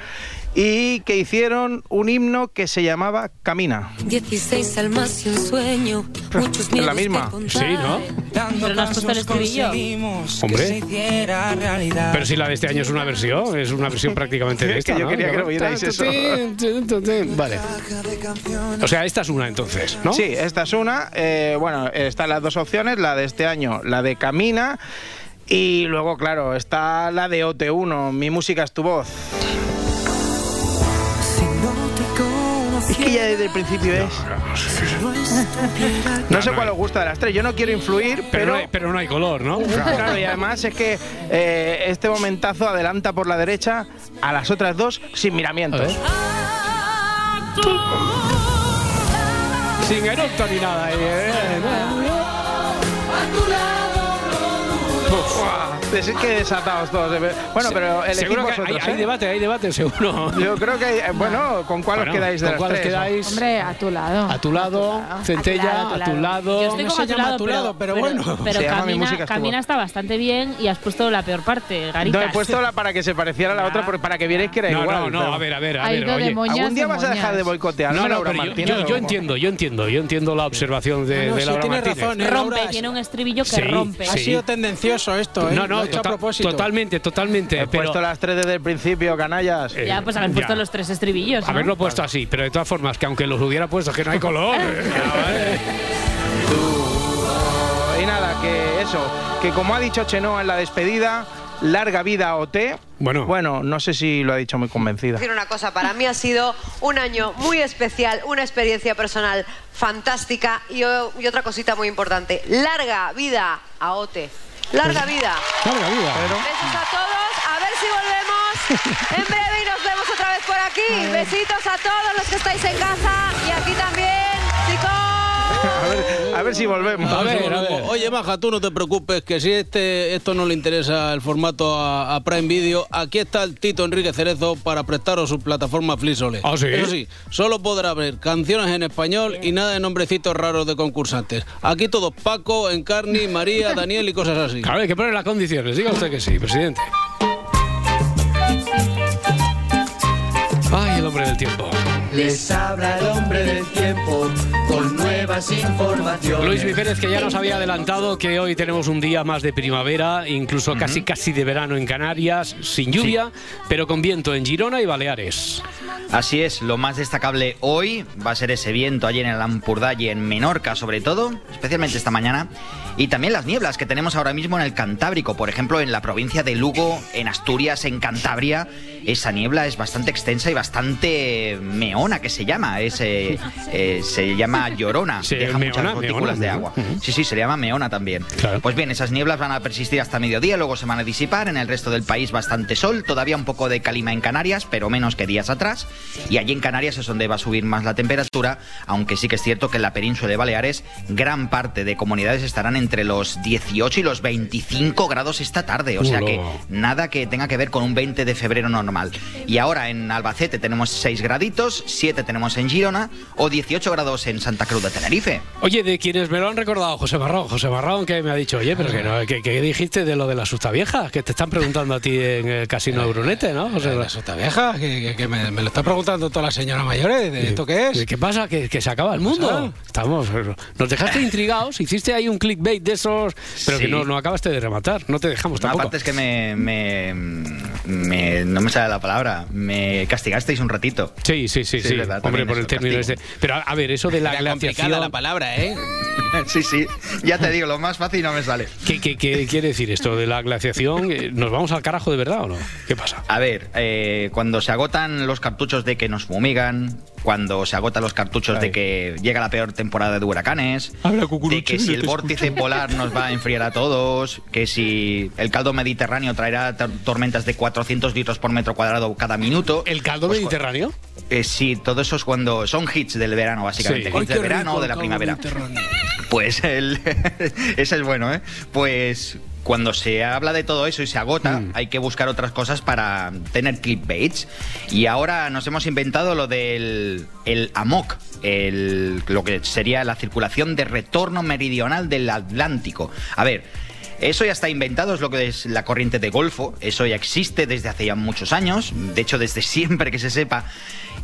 Speaker 3: Y que hicieron un himno que se llamaba Camina.
Speaker 12: 16 almas y un sueño. Muchos
Speaker 3: Es
Speaker 12: miedos
Speaker 3: la misma.
Speaker 12: que
Speaker 1: Sí, ¿no?
Speaker 12: Pero no has puesto el estribillo.
Speaker 1: Hombre. Pero si la de este año es una versión, es una versión prácticamente de
Speaker 3: Es que
Speaker 1: esta.
Speaker 3: yo
Speaker 1: ¿no?
Speaker 3: quería que lo vierais eso.
Speaker 1: Vale. O sea, esta es una entonces, ¿no?
Speaker 3: Sí, esta es una. eh, bueno, están las dos opciones, la de este año, la de Camina. Y luego, claro, está la de OT1, Mi música es tu voz. Es que ya desde el principio es. No sé cuál os gusta de las tres, yo no quiero influir, pero...
Speaker 1: Pero, no hay, pero no hay color, ¿no?
Speaker 3: Claro, y además es que eh, este momentazo adelanta por la derecha a las otras dos sin miramientos.
Speaker 1: Sin eructo ni nada. eh, eh,
Speaker 3: Es que desatados todos. eh. Bueno, pero
Speaker 1: eh.
Speaker 3: elegid
Speaker 1: Seguro que hay,
Speaker 3: vosotros,
Speaker 1: hay
Speaker 3: ¿eh?
Speaker 1: debate, hay debate, seguro.
Speaker 3: Yo creo que, hay- eh, bueno, ¿con cuál
Speaker 1: Bueno,
Speaker 3: os quedáis de
Speaker 1: ¿con
Speaker 3: las
Speaker 1: cuál os
Speaker 3: tres?
Speaker 1: quedáis?
Speaker 8: Hombre, a tu lado.
Speaker 1: A tu lado, Centella, a tu lado.
Speaker 8: Yo estoy
Speaker 1: No
Speaker 8: como
Speaker 1: se
Speaker 8: a tu
Speaker 1: llama
Speaker 8: lado, pero, Pero,
Speaker 1: Se llama Mi Música
Speaker 8: camina,
Speaker 1: Estuvo.
Speaker 8: camina está bastante bien y has puesto la peor parte, Garitas.
Speaker 3: No, he puesto la para que se pareciera a la otra, por- para que vierais que era
Speaker 1: Ah. No,
Speaker 3: igual.
Speaker 1: no, no,
Speaker 3: pero-
Speaker 1: a ver, a ver, a
Speaker 8: Ha
Speaker 1: ver.
Speaker 8: ido de
Speaker 1: Oye.
Speaker 8: moñas,
Speaker 3: ¿Algún día
Speaker 8: de
Speaker 3: vas a dejar
Speaker 8: moñas.
Speaker 3: de boicotear?
Speaker 1: No, no,
Speaker 3: Laura
Speaker 1: pero yo,
Speaker 3: Martínez, Ah,
Speaker 1: yo-
Speaker 3: o
Speaker 1: yo
Speaker 3: cómo?
Speaker 1: entiendo, yo entiendo, yo entiendo la observación de,
Speaker 5: No, no,
Speaker 1: de
Speaker 5: sí,
Speaker 1: Laura
Speaker 5: tiene
Speaker 1: Martínez.
Speaker 5: razón, ¿eh?
Speaker 8: rompe,
Speaker 5: Laura,
Speaker 8: tiene un estribillo que
Speaker 1: Sí,
Speaker 8: rompe.
Speaker 1: sí.
Speaker 5: Ha sido tendencioso esto, ¿eh?
Speaker 1: No,
Speaker 5: Lo
Speaker 1: no,
Speaker 5: he hecho a
Speaker 1: tota-
Speaker 5: propósito.
Speaker 1: totalmente, totalmente.
Speaker 3: He puesto las tres desde el principio, canallas.
Speaker 8: Ya, pues
Speaker 3: Eh,
Speaker 8: haber
Speaker 1: ya.
Speaker 8: puesto los tres estribillos. ¿no?
Speaker 1: Haberlo puesto así, pero de todas formas, que aunque los hubiera puesto, es que no hay color.
Speaker 3: Y nada, que eso, que como ha dicho Chenoa en la despedida, larga vida a OT.
Speaker 1: Bueno.
Speaker 3: bueno, no sé si lo ha dicho muy convencida.
Speaker 7: decir una cosa, para mí ha sido un año muy especial, una experiencia personal fantástica y, o- y otra cosita muy importante, larga vida a Ote. Larga
Speaker 13: Pues,
Speaker 7: vida.
Speaker 1: Larga vida.
Speaker 7: Besos a todos, a ver si volvemos en breve y nos vemos otra vez por aquí. Besitos a todos los que estáis en casa y aquí también, chicos.
Speaker 3: A ver, a ver si volvemos.
Speaker 5: A ver, a ver. Oye, Maja, tú no te preocupes, que si este, esto no le interesa el formato a, a Prime Video, aquí está el Tito Enrique Cerezo para prestaros su plataforma Flisole.
Speaker 1: ¿Ah, sí?
Speaker 5: Eso sí, solo podrá ver canciones en español y nada de nombrecitos raros de concursantes. Aquí todos Paco, Encarni, María, Daniel y cosas así.
Speaker 1: Claro, hay que poner las condiciones. Diga usted que sí, presidente. Ay, el hombre del tiempo.
Speaker 14: Les habla el hombre del tiempo con nuevas informaciones.
Speaker 1: Luis Mi Pérez, que ya nos había adelantado que hoy tenemos un día más de primavera, incluso casi casi de verano en Canarias, sin lluvia, pero con viento en Girona y Baleares.
Speaker 2: Así es, lo más destacable hoy va a ser ese viento allí en el Ampurdall y en Menorca sobre todo, especialmente esta mañana, y también las nieblas que tenemos ahora mismo en el Cantábrico, por ejemplo en la provincia de Lugo, en Asturias, en Cantabria, esa niebla es bastante extensa y bastante meona que se llama, es, eh, eh, se llama llorona,
Speaker 1: Sí,
Speaker 2: deja
Speaker 1: meona,
Speaker 2: muchas gotículas
Speaker 1: meona,
Speaker 2: de
Speaker 1: meona.
Speaker 2: agua. Sí, sí, se le llama meona también. Pues bien, esas nieblas van a persistir hasta mediodía, luego se van a disipar. En el resto del país bastante sol, todavía un poco de calima en Canarias, pero menos que días atrás. Y allí en Canarias es donde va a subir más la temperatura, aunque sí que es cierto que en la península de Baleares gran parte de comunidades estarán entre los 18 y los 25 grados esta tarde. O sea
Speaker 1: Ulo.
Speaker 2: que nada que tenga que ver con un 20 de febrero normal. Y ahora en Albacete tenemos 6 graditos, 7 tenemos en Girona o 18 grados en Santa Cruz de Tenerife.
Speaker 1: Oye, de quienes me lo han recordado, José Marrón, José Marrón que me ha dicho, oye, pero que, no, que, que dijiste de lo de la susta vieja, que te están preguntando a ti en el casino de Brunete, ¿no? José, la
Speaker 6: Eh, susta vieja, que, me, lo está preguntando todas las señoras mayores, ¿de esto qué es?
Speaker 1: ¿Qué pasa? ¿Que, que se acaba el mundo? Estamos, nos dejaste intrigados, hiciste ahí un clickbait de esos, pero que
Speaker 2: Sí.
Speaker 1: no, no acabaste de rematar, no te dejamos
Speaker 2: No,
Speaker 1: tampoco.
Speaker 2: aparte es que me, me- me- No me sale la palabra. Me castigasteis un ratito.
Speaker 1: Sí, sí, sí,
Speaker 2: Sí,
Speaker 1: sí.
Speaker 2: verdad,
Speaker 1: Hombre,
Speaker 2: también
Speaker 1: por el
Speaker 2: eso,
Speaker 1: término
Speaker 2: castigo.
Speaker 1: este. Pero a, a ver, eso de la
Speaker 2: Era complicada
Speaker 1: glaciación.
Speaker 2: la
Speaker 5: palabra, ¿eh?
Speaker 2: sí, sí. Ya te digo, lo más fácil no me sale.
Speaker 1: ¿Qué, qué- qué quiere decir esto de la glaciación? Eh, ¿Nos vamos al carajo de verdad o no? ¿Qué pasa?
Speaker 2: A ver, eh, cuando se agotan los cartuchos de que nos fumigan, cuando se agotan los cartuchos de que llega la peor temporada de huracanes, de que si
Speaker 15: no
Speaker 2: el
Speaker 15: te
Speaker 2: vórtice
Speaker 15: escucho.
Speaker 2: polar nos va a enfriar a todos, que si el caldo mediterráneo traerá tor- tormentas de 400 litros por metro cuadrado cada minuto. Pues Eh,
Speaker 1: ¿El caldo mediterráneo?
Speaker 2: sí, todo eso es cuando son hits del verano, básicamente.
Speaker 1: Sí. Ay,
Speaker 2: Hits
Speaker 1: qué
Speaker 2: del verano
Speaker 1: rico
Speaker 2: o de
Speaker 1: el
Speaker 2: la
Speaker 1: caldo
Speaker 2: primavera. Pues el... ese es bueno, ¿eh? Pues cuando se habla de todo eso y se agota, hay que buscar otras cosas para tener clickbaits. Y ahora nos hemos inventado lo del el AMOC, el, lo que sería la circulación de retorno meridional del Atlántico. A ver, eso ya está inventado, es lo que es la corriente de Golfo. Eso ya existe desde hace ya muchos años, de hecho desde siempre que se sepa.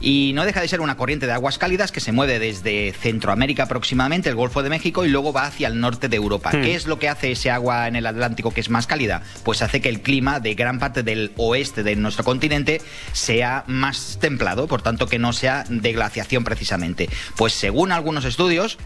Speaker 2: Y no deja de ser una corriente de aguas cálidas que se mueve desde Centroamérica aproximadamente, el Golfo de México, y luego va hacia el norte de Europa.
Speaker 16: Hmm.
Speaker 2: ¿Qué es lo que hace ese agua en el Atlántico que es más cálida? Pues hace que el clima de gran parte del oeste de nuestro continente sea más templado, por tanto que no sea de glaciación precisamente. Pues según algunos estudios,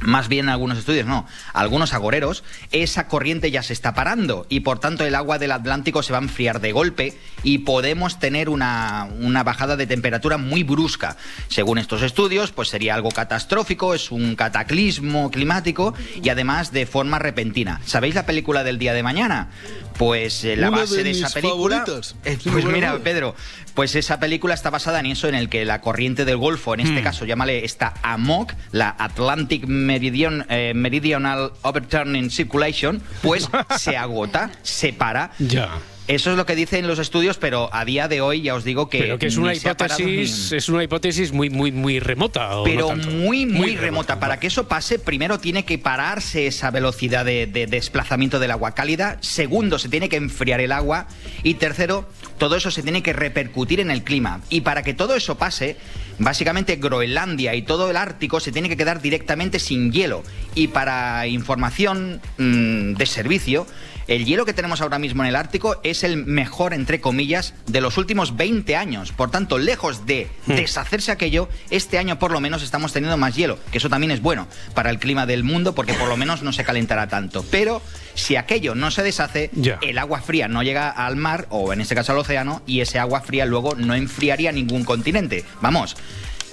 Speaker 2: más bien algunos estudios, no, algunos agoreros, esa corriente ya se está parando y por tanto el agua del Atlántico se va a enfriar de golpe y podemos tener una, una bajada de temperatura muy brusca. Según estos estudios, pues sería algo catastrófico, es un cataclismo climático y además de forma repentina. ¿Sabéis la película del día de mañana? Pues eh, la
Speaker 5: Una
Speaker 2: base
Speaker 5: de
Speaker 2: de, esa
Speaker 5: mis
Speaker 2: película...
Speaker 5: favoritas.
Speaker 2: Eh,
Speaker 5: Sí,
Speaker 2: pues
Speaker 5: bueno.
Speaker 2: mira, Pedro, pues esa película está basada en eso, en el que la corriente del Golfo, en
Speaker 1: Hmm.
Speaker 2: este caso llámale esta AMOC, la Atlantic Meridian, eh, Meridional Overturning Circulation, pues se agota, se para.
Speaker 1: Ya.
Speaker 2: Eso es lo que dicen los estudios, pero a día de hoy ya os digo que.
Speaker 1: Pero que es una
Speaker 2: ni se ha parado ni-
Speaker 1: hipótesis, es una hipótesis muy, muy, muy remota. ¿o no
Speaker 2: pero
Speaker 1: tanto?
Speaker 2: muy, muy,
Speaker 1: Muy
Speaker 2: remota. Para que eso pase, primero tiene que pararse esa velocidad de, de desplazamiento del agua cálida. Segundo, se tiene que enfriar el agua. Y tercero, todo eso se tiene que repercutir en el clima. Y para que todo eso pase, básicamente Groenlandia y todo el Ártico se tiene que quedar directamente sin hielo. Y para información mm, de servicio, El hielo que tenemos ahora mismo en el Ártico es el mejor, entre comillas, de los últimos 20 años. Por tanto, lejos de deshacerse aquello, este año por lo menos estamos teniendo más hielo, que eso también es bueno para el clima del mundo porque por lo menos no se calentará tanto. Pero si aquello no se deshace,
Speaker 1: Ya.
Speaker 2: el agua fría no llega al mar o en este caso al océano y ese agua fría luego no enfriaría ningún continente. Vamos,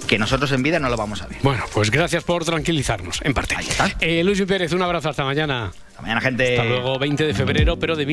Speaker 2: que nosotros en vida no lo vamos a ver.
Speaker 1: Bueno, pues gracias por tranquilizarnos, en parte. Eh, Luis Pérez, un abrazo, hasta mañana. Hasta
Speaker 2: mañana, gente.
Speaker 1: Hasta luego, 20 de febrero, pero de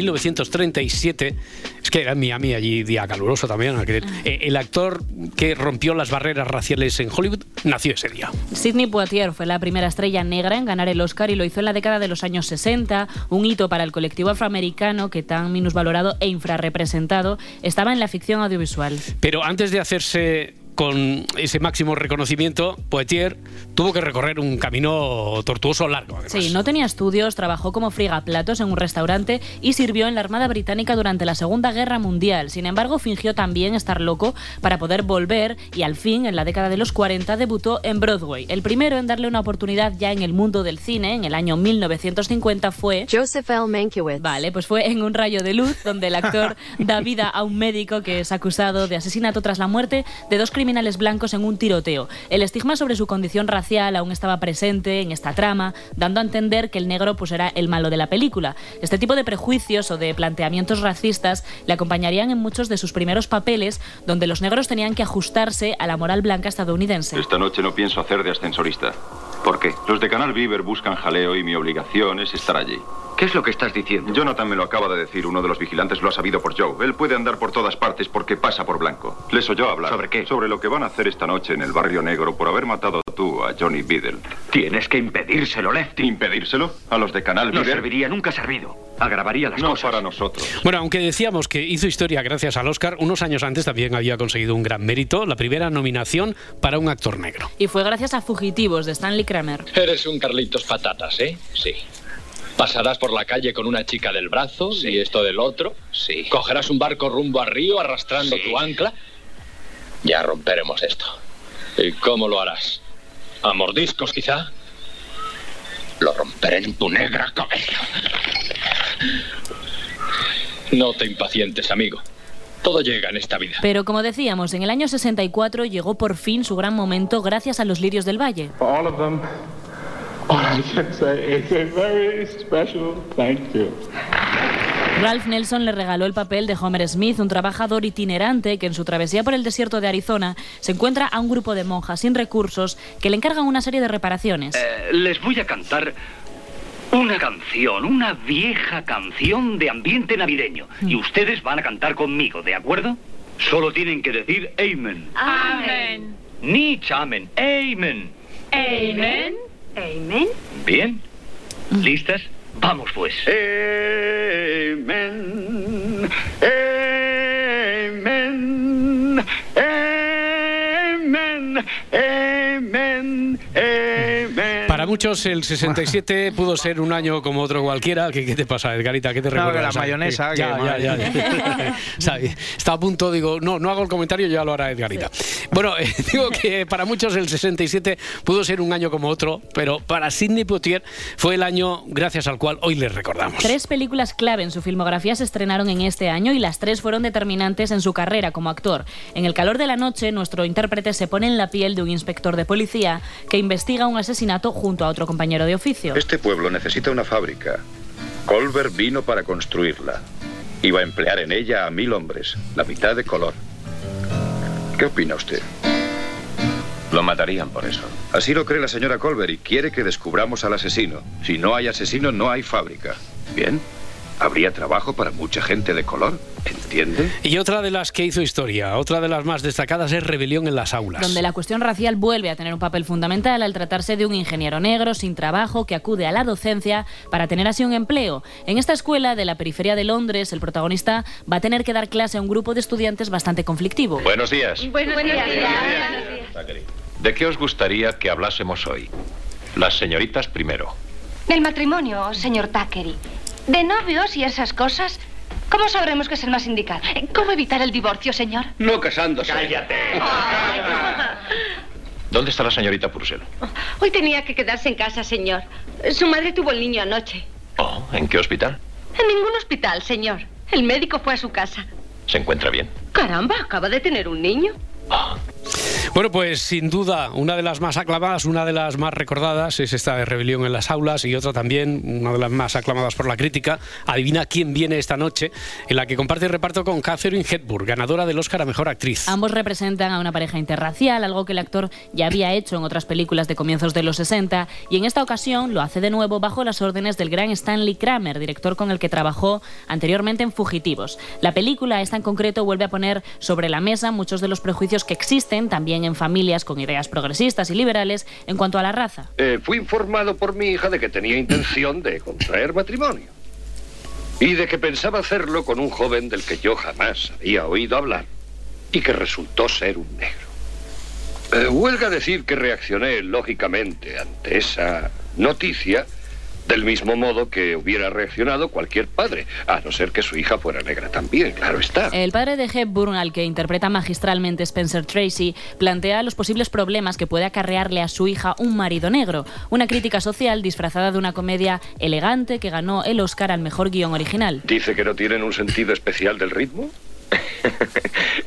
Speaker 1: 1937. Es que era en Miami, allí día caluroso también. aquel-
Speaker 2: Mm.
Speaker 1: eh, el actor que rompió las barreras raciales en Hollywood nació ese día.
Speaker 8: Sidney Poitier fue la primera estrella negra en ganar el Oscar y lo hizo en la década de los años 60, un hito para el colectivo afroamericano que tan minusvalorado e infrarrepresentado estaba en la ficción audiovisual.
Speaker 1: Pero antes de hacerse con ese máximo reconocimiento, Poetier tuvo que recorrer un camino tortuoso largo.
Speaker 8: Sí, no tenía estudios, trabajó como frigaplatos en un restaurante y sirvió en la Armada Británica durante la Segunda Guerra Mundial. Sin embargo, fingió también estar loco para poder volver y al fin, en la década de los 40, debutó en Broadway. El primero en darle una oportunidad ya en el mundo del cine, en el año 1950, fue... Joseph L. Mankiewicz. Vale, pues fue en Un rayo de luz, donde el actor da vida a un médico que es acusado de asesinato tras la muerte de dos criminales blancos en un tiroteo. El estigma sobre su condición racial aún estaba presente en esta trama, dando a entender que el negro pues era el malo de la película. Este tipo de prejuicios o de planteamientos racistas le acompañarían en muchos de sus primeros papeles, donde los negros tenían que ajustarse a la moral blanca estadounidense.
Speaker 15: Esta noche no pienso hacer de ascensorista. ¿Por qué? Los de Canal Viver buscan jaleo y mi obligación es estar allí. ¿Qué es lo que estás diciendo? Jonathan me lo acaba de decir. Uno de los vigilantes lo ha sabido por Joe. Él puede andar por todas partes porque pasa por blanco. Les oyó hablar. ¿Sobre qué? Sobre lo que van a hacer esta noche en el barrio negro por haber matado tú a Johnny Biddle. Tienes que impedírselo, Lefty. ¿Impedírselo? A los de Canal
Speaker 16: No
Speaker 15: Viver. serviría, nunca ha servido. Agravaría las cosas. No para nosotros.
Speaker 1: Bueno, aunque decíamos que hizo historia gracias al Oscar, unos años antes también había conseguido un gran mérito, la primera nominación para un actor negro.
Speaker 8: Y fue gracias a Fugitivos de Stanley Kramer.
Speaker 17: Eres un Carlitos Patatas, ¿eh? Sí. Pasarás por la calle con una chica del brazo y esto del otro. Sí. Cogerás un barco rumbo a río arrastrando tu ancla. Ya romperemos esto. ¿Y cómo lo harás? ¿A mordiscos, quizá? Lo romperé en tu negra cabeza. No te impacientes, amigo. Todo llega en esta vida.
Speaker 8: Pero como decíamos, en el año 64 llegó por fin su gran momento gracias a Los Lirios del Valle.
Speaker 18: For all of them, all I can say is a very special thank you.
Speaker 8: Ralph Nelson le regaló el papel de Homer Smith, un trabajador itinerante que en su travesía por el desierto de Arizona se encuentra a un grupo de monjas sin recursos que le encargan una serie de reparaciones.
Speaker 16: Eh, les voy a cantar una canción, una vieja canción de ambiente navideño. Y ustedes van a cantar conmigo, ¿de acuerdo? Solo tienen que decir Amen.
Speaker 9: Amén.
Speaker 16: Ni Amen. Amen.
Speaker 9: Amen. Amen.
Speaker 16: Bien. ¿Listas? Vamos pues.
Speaker 9: Amen. Amen. Amen. Amen. Amen.
Speaker 1: Para muchos el 67 pudo ser un año como otro cualquiera. ¿Qué, qué te pasa, Edgarita? ¿Qué te
Speaker 3: No,
Speaker 1: recuerda?
Speaker 3: que la
Speaker 1: O sea,
Speaker 3: mayonesa,
Speaker 1: que- ya,
Speaker 3: que-
Speaker 1: ya, ya, ya. O sea, Está a punto, digo, no, no hago el comentario, ya lo hará Edgarita. Bueno, eh, digo que para muchos el 67 pudo ser un año como otro, pero para Sidney Poitier fue el año gracias al cual hoy les recordamos.
Speaker 8: Tres películas clave en su filmografía se estrenaron en este año y las tres fueron determinantes en su carrera como actor. En El calor de la noche, nuestro intérprete se pone en la piel de un inspector de policía que investiga un asesinato junto a otro compañero de oficio.
Speaker 15: Este pueblo necesita una fábrica. Colbert vino para construirla. Iba a emplear en ella a mil hombres, la mitad de color. ¿Qué opina usted? Lo matarían por eso. Así lo cree la señora Colbert y quiere que descubramos al asesino. Si no hay asesino, no hay fábrica. Bien, habría trabajo para mucha gente de color, ¿entiende?
Speaker 1: Y otra de las que hizo historia, otra de las más destacadas es Rebelión en las aulas.
Speaker 8: Donde la cuestión racial vuelve a tener un papel fundamental al tratarse de un ingeniero negro sin trabajo que acude a la docencia para tener así un empleo. En esta escuela de la periferia de Londres, el protagonista va a tener que dar clase a un grupo de estudiantes bastante conflictivo.
Speaker 15: Buenos días.
Speaker 9: Buenos días.
Speaker 15: ¿De qué os gustaría que hablásemos hoy? Las señoritas primero.
Speaker 13: Del matrimonio, señor Thackeray. De novios y esas cosas. ¿Cómo sabremos qué es el más indicado? ¿Cómo evitar el divorcio, señor?
Speaker 16: No casándose. Cállate.
Speaker 15: ¿Dónde está la señorita Purcell?
Speaker 13: Oh,
Speaker 19: Hoy tenía que quedarse en casa, señor. Su madre tuvo el niño anoche.
Speaker 15: ¿En qué hospital?
Speaker 13: En ningún hospital, señor. El médico fue a su casa.
Speaker 17: ¿Se encuentra bien?
Speaker 13: Caramba, acaba de tener un niño.
Speaker 1: Bueno, pues sin duda, una de las más aclamadas, una de las más recordadas es esta de Rebelión en las aulas y otra también, una de las más aclamadas por la crítica, Adivina quién viene esta noche, en la que comparte el reparto con Catherine Hepburn, ganadora del Oscar a Mejor Actriz.
Speaker 8: Ambos representan a una pareja interracial, algo que el actor ya había hecho en otras películas de comienzos de los 60, y en esta ocasión lo hace de nuevo bajo las órdenes del gran Stanley Kramer, director con el que trabajó anteriormente en Fugitivos. La película, esta en concreto, vuelve a poner sobre la mesa muchos de los prejuicios que existen también en familias con ideas progresistas y liberales en cuanto a la raza.
Speaker 15: Eh, fui informado por mi hija de que tenía intención de contraer matrimonio. Y de que pensaba hacerlo con un joven del que yo jamás había oído hablar. Y que resultó ser un negro. Eh, huelga decir que reaccioné lógicamente ante esa noticia del mismo modo que hubiera reaccionado cualquier padre, a no ser que su hija fuera negra también, claro está.
Speaker 8: El padre de Hepburn, al que interpreta magistralmente Spencer Tracy, plantea los posibles problemas que puede acarrearle a su hija un marido negro, una crítica social disfrazada de una comedia elegante que ganó el Oscar al mejor guión original.
Speaker 15: ¿Dice que no tienen un sentido especial del ritmo?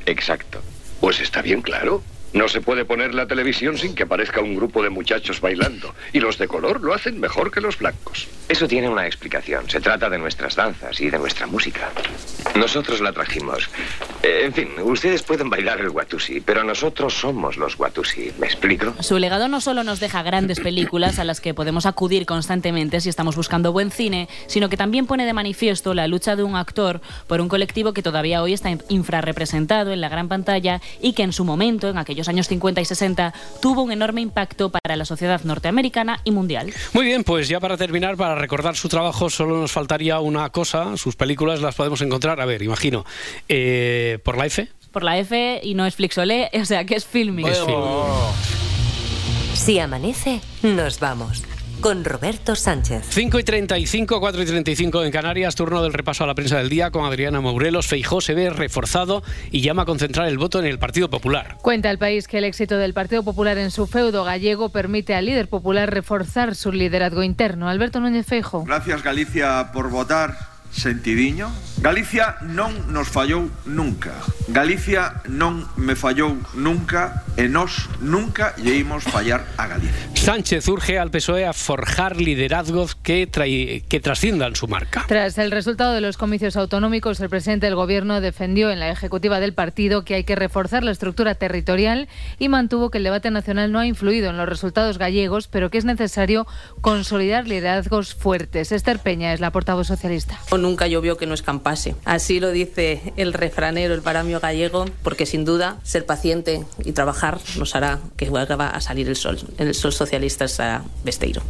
Speaker 15: Exacto. Pues está bien claro. No se puede poner la televisión sin que aparezca un grupo de muchachos bailando. Y los de color lo hacen mejor que los blancos.
Speaker 19: Eso tiene una explicación. Se trata de nuestras danzas y de nuestra música. Nosotros la trajimos. Eh, En fin, ustedes pueden bailar el Watusi, pero nosotros somos los Watusi. ¿Me explico?
Speaker 8: Su legado no solo nos deja grandes películas a las que podemos acudir constantemente si estamos buscando buen cine, sino que también pone de manifiesto la lucha de un actor por un colectivo que todavía hoy está infrarrepresentado en la gran pantalla y que en su momento, en aquellos años 50 y 60, tuvo un enorme impacto para la sociedad norteamericana y mundial.
Speaker 1: Muy bien, pues ya para terminar, para recordar su trabajo, solo nos faltaría una cosa. Sus películas las podemos encontrar, a ver, imagino, eh, por la F.
Speaker 8: Por la F y no es Flixolé, o sea que es filming.
Speaker 1: Es filming.
Speaker 12: Si amanece, nos vamos. Con Roberto Sánchez.
Speaker 1: 5 y 35, 4 y 35 en Canarias, turno del repaso a la prensa del día con Adriana Mourelos. Feijó se ve reforzado y llama a concentrar el voto en el Partido Popular.
Speaker 20: Cuenta el país que el éxito del Partido Popular en su feudo gallego permite al líder popular reforzar su liderazgo interno. Alberto Núñez Feijo.
Speaker 21: Gracias Galicia por votar sentidiño. Galicia non nos fallou nunca. Galicia non me fallou nunca e nós nunca lle imos fallar a Galicia.
Speaker 1: Sánchez urge al PSOE E a forjar liderazgos que, trai- que trasciendan su marca.
Speaker 20: Tras el resultado de los comicios autonómicos, el presidente del Gobierno defendió en la ejecutiva del partido que hay que reforzar la estructura territorial y mantuvo que el debate nacional no ha influido en los resultados gallegos, pero que es necesario consolidar liderazgos fuertes. Esther Peña es la portavoz socialista.
Speaker 22: O nunca llovió que no escampase. Así lo dice el refranero, el baramio gallego, porque sin duda ser paciente y trabajar nos hará que vuelva a salir el sol. El sol socialista será Besteiro.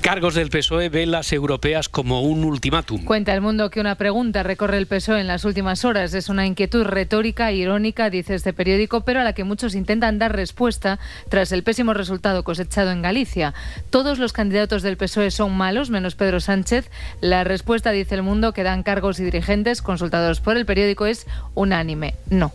Speaker 1: Cargos del PSOE ven E las europeas como un ultimátum.
Speaker 20: Cuenta el mundo que una pregunta recorre el PSOE en las últimas horas. Es una inquietud retórica e irónica, dice este periódico, pero a la que muchos intentan dar respuesta tras el pésimo resultado cosechado en Galicia. Todos los candidatos del PSOE E son malos, menos Pedro Sánchez. La respuesta, dice el mundo, que dan cargos y dirigentes consultados por el periódico es unánime. No.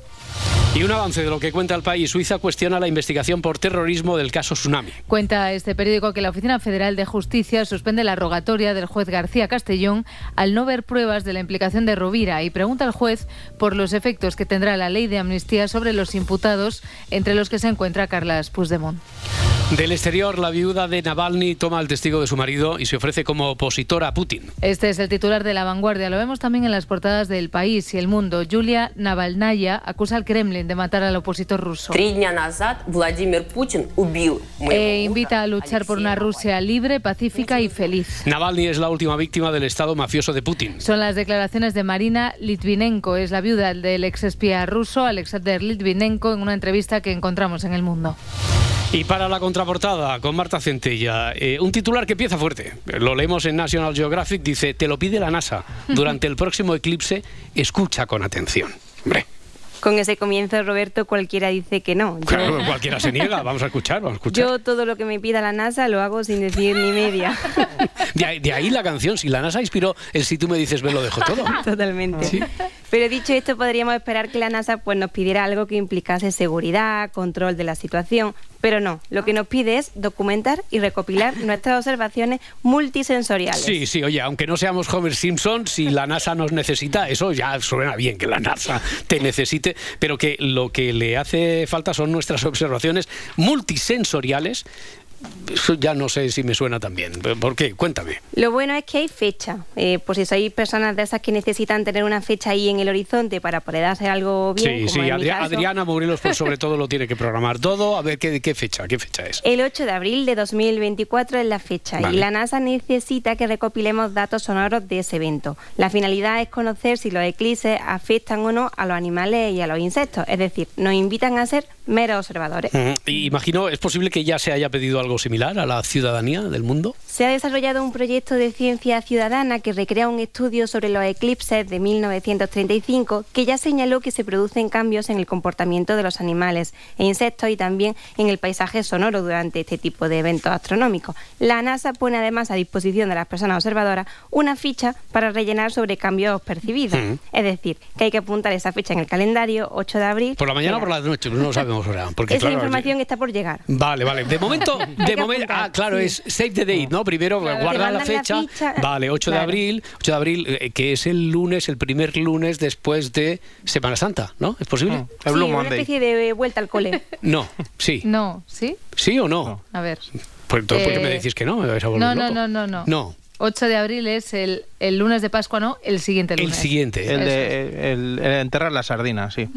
Speaker 1: Y un avance de lo que cuenta el país. Suiza cuestiona la investigación por terrorismo del caso Tsunami.
Speaker 20: Cuenta este periódico que la Oficina Federal de Justicia suspende la rogatoria del juez García Castellón al no ver pruebas de la implicación de Rovira y pregunta al juez por los efectos que tendrá la ley de amnistía sobre los imputados, entre los que se encuentra Carlas Puigdemont.
Speaker 1: Del exterior, la viuda de Navalny toma el testigo de su marido y se ofrece como opositora a Putin.
Speaker 20: Este es el titular de La Vanguardia. Lo vemos también en las portadas del País y El Mundo. Julia Navalnaya acusa al Kremlin de matar al opositor ruso.
Speaker 23: Три дня назад Владимир Путин убил
Speaker 20: E invita a luchar por una Rusia libre, pacífica y feliz.
Speaker 1: Navalny es la última víctima del estado mafioso de Putin.
Speaker 20: Son las declaraciones de Marina Litvinenko, es la viuda del exespía ruso Alexander Litvinenko en una entrevista que encontramos en El Mundo.
Speaker 1: Y para la contraportada, con Marta Centella, eh, un titular que empieza fuerte. Lo leemos en National Geographic, dice, te lo pide la NASA. Durante el próximo eclipse, escucha con atención. Hombre,
Speaker 24: Con ese comienzo, Roberto, cualquiera dice que no. Yo,
Speaker 1: claro, cualquiera se niega, vamos a escuchar, vamos a escuchar.
Speaker 24: yo todo lo que me pida la NASA lo hago sin decir ni media.
Speaker 1: De ahí, de ahí la canción, si la NASA inspiró el si tú me dices, me lo dejo todo.
Speaker 24: Totalmente. Pero dicho esto, podríamos esperar que la NASA pues, nos pidiera algo que implicase seguridad, control de la situación, pero no. Lo que nos pide es documentar y recopilar nuestras observaciones multisensoriales.
Speaker 1: Sí, sí, oye, aunque no seamos Homer Simpson, si la NASA nos necesita, eso ya suena bien que la NASA te necesite, pero que lo que le hace falta son nuestras observaciones multisensoriales. Eso ya no sé si me suena tan bien. ¿Por qué? Cuéntame.
Speaker 24: Lo bueno es que hay fecha. Eh, por si sois personas de esas que necesitan tener una fecha ahí en el horizonte para poder hacer algo bien.
Speaker 1: sí,
Speaker 24: como
Speaker 1: sí,
Speaker 24: en mi
Speaker 1: Adri-
Speaker 24: caso,
Speaker 1: Adriana Morelos, pues sobre todo lo tiene que programar todo. A ver qué, qué fecha, qué fecha es.
Speaker 24: El 8 de abril de 2024 es la fecha
Speaker 1: Vale.
Speaker 24: y la NASA necesita que recopilemos datos sonoros de ese evento. La finalidad es conocer si los eclipses afectan o no a los animales y a los insectos, es decir, nos invitan a ser meros observadores.
Speaker 1: Ujú. Y imagino, ¿es posible que ya se haya pedido algo similar a la ciudadanía del mundo?
Speaker 24: Se ha desarrollado un proyecto de ciencia ciudadana que recrea un estudio sobre los eclipses de 1935 que ya señaló que se producen cambios en el comportamiento de los animales e insectos y también en el paisaje sonoro durante este tipo de eventos astronómicos. La NASA pone además a disposición de las personas observadoras una ficha para rellenar sobre cambios percibidos.
Speaker 1: Ujú.
Speaker 24: Es decir, que hay que apuntar esa fecha en el calendario, 8 de abril.
Speaker 1: ¿Por la mañana o
Speaker 24: Mira,
Speaker 1: por la noche? No sabemos ahora. Porque,
Speaker 24: Esa
Speaker 1: claro,
Speaker 24: información está por llegar.
Speaker 1: Vale, vale. De momento,
Speaker 24: Hay
Speaker 1: de
Speaker 24: que
Speaker 1: momento,
Speaker 24: apuntar,
Speaker 1: ah, claro,
Speaker 24: sí.
Speaker 1: es save the date, ¿no? Primero
Speaker 24: Claro,
Speaker 1: guarda
Speaker 24: te
Speaker 1: la
Speaker 24: mandan la
Speaker 1: fecha.
Speaker 24: ficha.
Speaker 1: Vale, 8 de
Speaker 24: Claro.
Speaker 1: abril, 8 de abril, eh, que es el lunes, el primer lunes después de Semana Santa, ¿no? ¿Es posible?
Speaker 24: Sí, una especie de vuelta al cole.
Speaker 1: No, sí.
Speaker 20: No, ¿sí?
Speaker 1: ¿Sí o no?
Speaker 20: A ver.
Speaker 1: Pues entonces, ¿por qué
Speaker 20: Eh,
Speaker 1: me decís que no? Me vais a volver
Speaker 20: No, no,
Speaker 1: loco.
Speaker 20: no, no, no.
Speaker 1: No.
Speaker 20: 8 de abril es el, el lunes de Pascua, no, el siguiente
Speaker 3: El
Speaker 20: lunes.
Speaker 1: ¿eh?
Speaker 3: siguiente. El de el- el enterrar las sardinas, sí.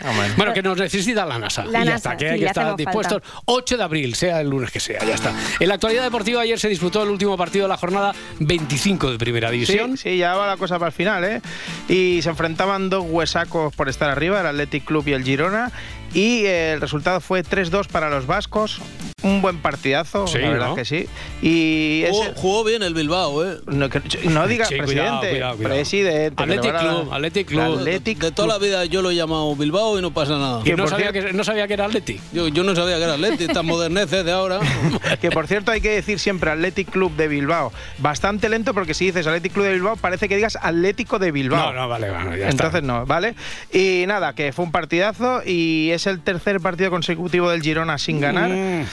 Speaker 3: Ah,
Speaker 1: Bueno, que nos necesita la NASA.
Speaker 3: La
Speaker 1: Ah, y ya
Speaker 3: NASA,
Speaker 1: está, que
Speaker 3: sí,
Speaker 1: hay que
Speaker 3: le
Speaker 1: estar
Speaker 3: hacemos
Speaker 1: dispuestos. 8 de abril, sea el lunes que sea, ya está. En la actualidad deportiva ayer se disputó el último partido de la jornada 25 de Primera División.
Speaker 3: Sí, sí, ya va la cosa para el final, ¿eh? Y se enfrentaban dos huesacos por estar arriba, el Athletic Club y el Girona. Y eh, el resultado fue 3-2 para los vascos. Un buen partidazo,
Speaker 5: Sí,
Speaker 3: la verdad
Speaker 5: ¿no?
Speaker 3: que sí. Y
Speaker 5: Jugó,
Speaker 3: ese-
Speaker 5: jugó bien el Bilbao, ¿eh?
Speaker 3: no, que- no digas
Speaker 5: Sí,
Speaker 3: presidente,
Speaker 5: cuidado, cuidado, cuidado.
Speaker 3: presidente. que le
Speaker 5: Athletic
Speaker 3: van a-
Speaker 5: Club, Athletic Club.
Speaker 3: Athletic
Speaker 5: de, de toda la
Speaker 3: Club.
Speaker 5: vida yo lo he llamado Bilbao y no pasa nada.
Speaker 3: Que no por sabía
Speaker 1: que, era Atleti.
Speaker 5: Yo, yo no sabía que era Atleti, estas moderneces de ahora.
Speaker 3: Que por cierto hay que decir siempre Athletic Club de Bilbao. Bastante lento porque si dices Athletic Club de Bilbao parece que digas Atlético de Bilbao.
Speaker 1: No, no, vale, bueno, ya está.
Speaker 3: Entonces no, ¿vale? Y nada, que fue un partidazo y es el tercer partido consecutivo del Girona sin ganar.
Speaker 1: Mm.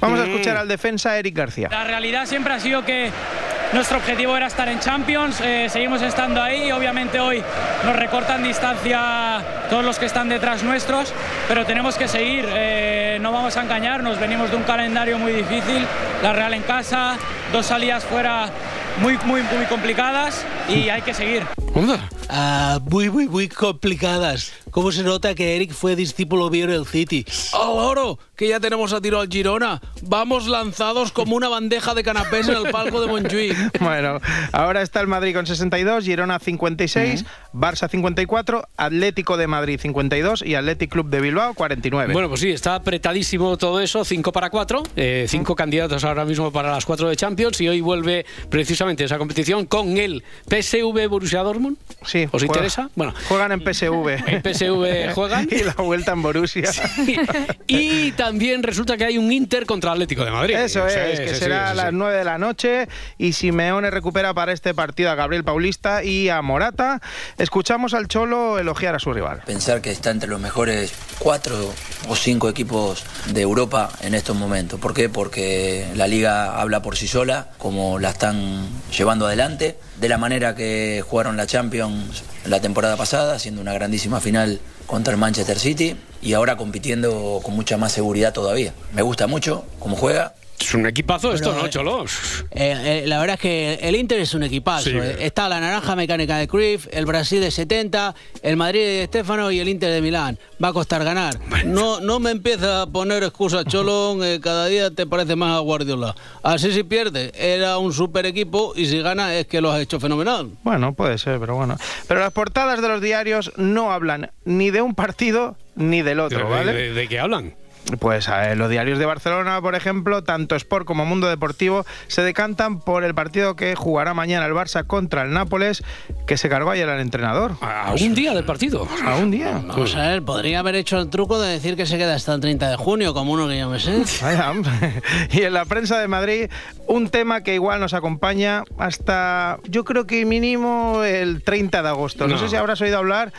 Speaker 3: Vamos a escuchar al defensa Eric García.
Speaker 4: La realidad siempre ha sido que nuestro objetivo era estar en Champions, eh, seguimos estando ahí y obviamente hoy nos recortan distancia todos los que están detrás nuestros, pero tenemos que seguir, eh, no vamos a engañarnos, venimos de un calendario muy difícil, la Real en casa, dos salidas fuera muy, muy, muy complicadas y hay que seguir.
Speaker 5: Ah, muy, muy, muy complicadas. ¿Cómo se nota que Eric fue discípulo de del City? ¡Al oro! Que ya tenemos a tiro al Girona. Vamos lanzados como una bandeja de canapés en el palco de Montjuic.
Speaker 3: Bueno, ahora está el Madrid con 62, Girona 56,
Speaker 1: Mm.
Speaker 3: Barça 54, Atlético de Madrid 52 y Athletic Club de Bilbao 49.
Speaker 1: Bueno, eh, pues sí, está apretadísimo todo eso, 5 para 4, 5 candidatos ahora mismo para las 4 de Champions y hoy vuelve precisamente esa competición con el PSV Borussia Dortmund.
Speaker 3: Sí,
Speaker 1: ¿Os
Speaker 3: juega-
Speaker 1: interesa? Bueno,
Speaker 3: Juegan en PSV.
Speaker 1: En PSV juegan.
Speaker 3: y la vuelta en Borussia.
Speaker 1: y también resulta que hay un Inter contra Atlético de Madrid.
Speaker 3: Eso
Speaker 1: Sí,
Speaker 3: es,
Speaker 1: sí,
Speaker 3: que
Speaker 1: sí,
Speaker 3: será
Speaker 1: sí,
Speaker 3: a
Speaker 1: sí.
Speaker 3: las 9 de la noche y Simeone recupera para este partido a Gabriel Paulista y a Morata. Escuchamos al Cholo elogiar a su rival.
Speaker 7: Pensar que está entre los mejores cuatro o cinco equipos de Europa en estos momentos. ¿Por qué? Porque la liga habla por sí sola, como la están llevando adelante, de la manera que jugaron la Champions la temporada pasada, haciendo una grandísima final contra el Manchester City y ahora compitiendo con mucha más seguridad todavía. Me gusta mucho cómo juega.
Speaker 1: Es un equipazo
Speaker 7: esto,
Speaker 5: Pero, ¿no, eh,
Speaker 1: Cholos?
Speaker 5: Eh, eh, la verdad es que el Inter es un equipazo.
Speaker 7: Sí.
Speaker 5: eh. Está la naranja mecánica de Cruyff, el Brasil de 70, eh, el Madrid de Estefano y el Inter de Milán. Va a costar ganar. No, no me empieza a poner excusas, Cholón. eh, cada día te parece más a Guardiola. Así si pierde, era un super equipo y si gana es que lo has hecho fenomenal.
Speaker 3: Bueno, puede ser, pero bueno. Pero las portadas de los diarios no hablan ni de un partido ni del otro,
Speaker 1: ¿De-
Speaker 3: ¿vale?
Speaker 1: de- de qué hablan?
Speaker 3: pues a ver, los diarios de Barcelona, por ejemplo, tanto Sport como Mundo Deportivo, se decantan por el partido que jugará mañana el Barça contra el Nápoles, que se cargó ayer al entrenador.
Speaker 1: A un día del partido.
Speaker 3: A un día. Pues,
Speaker 5: Vamos a ver, podría haber hecho el truco de decir que se queda hasta el 30 de junio, como uno que yo me sé.
Speaker 3: Vaya, hombre. y en la prensa de Madrid, un tema que igual nos acompaña hasta, yo creo que mínimo el 30 de agosto. No,
Speaker 1: No.
Speaker 3: sé si habrás oído hablar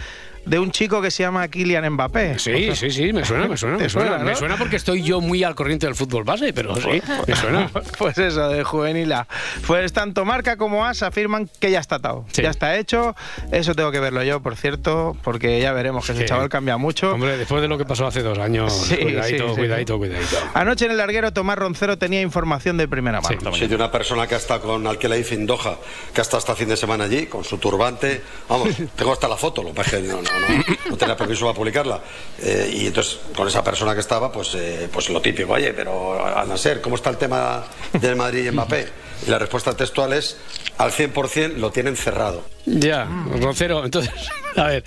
Speaker 3: de un chico que se llama Kylian Mbappé.
Speaker 1: Sí, sí, sí, me suena, me suena,
Speaker 3: ¿Te
Speaker 1: me suena.
Speaker 3: suena,
Speaker 1: Me
Speaker 3: no?
Speaker 1: suena porque estoy yo muy al corriente del fútbol base, pero sí, me suena.
Speaker 3: Pues eso, de juvenil A. Pues tanto Marca como AS afirman que ya está atado. Ya está hecho. Eso tengo que verlo yo, por cierto, porque ya veremos que ese
Speaker 1: Sí.
Speaker 3: chaval cambia mucho.
Speaker 1: Hombre, después de lo que pasó hace dos años,
Speaker 3: Sí, sí,
Speaker 1: cuidadito,
Speaker 3: sí.
Speaker 1: cuidadito, cuidadito.
Speaker 3: Anoche en el larguero Tomás Roncero tenía información de primera mano.
Speaker 6: Sí, de una persona que está con Alquelaif en Doha, que hasta hasta fin de semana allí, con su turbante. Vamos, tengo hasta la foto, lo que pasa es que no, no, no, no tenía permiso para publicarla. Eh, y entonces, con esa persona que estaba, pues, eh, pues lo típico, oye, pero a nacer, ¿cómo está el tema del Madrid y Mbappé? Y la respuesta textual es, al 100% lo tienen cerrado.
Speaker 1: Ya,
Speaker 3: Mm.
Speaker 1: Roncero, entonces, a ver,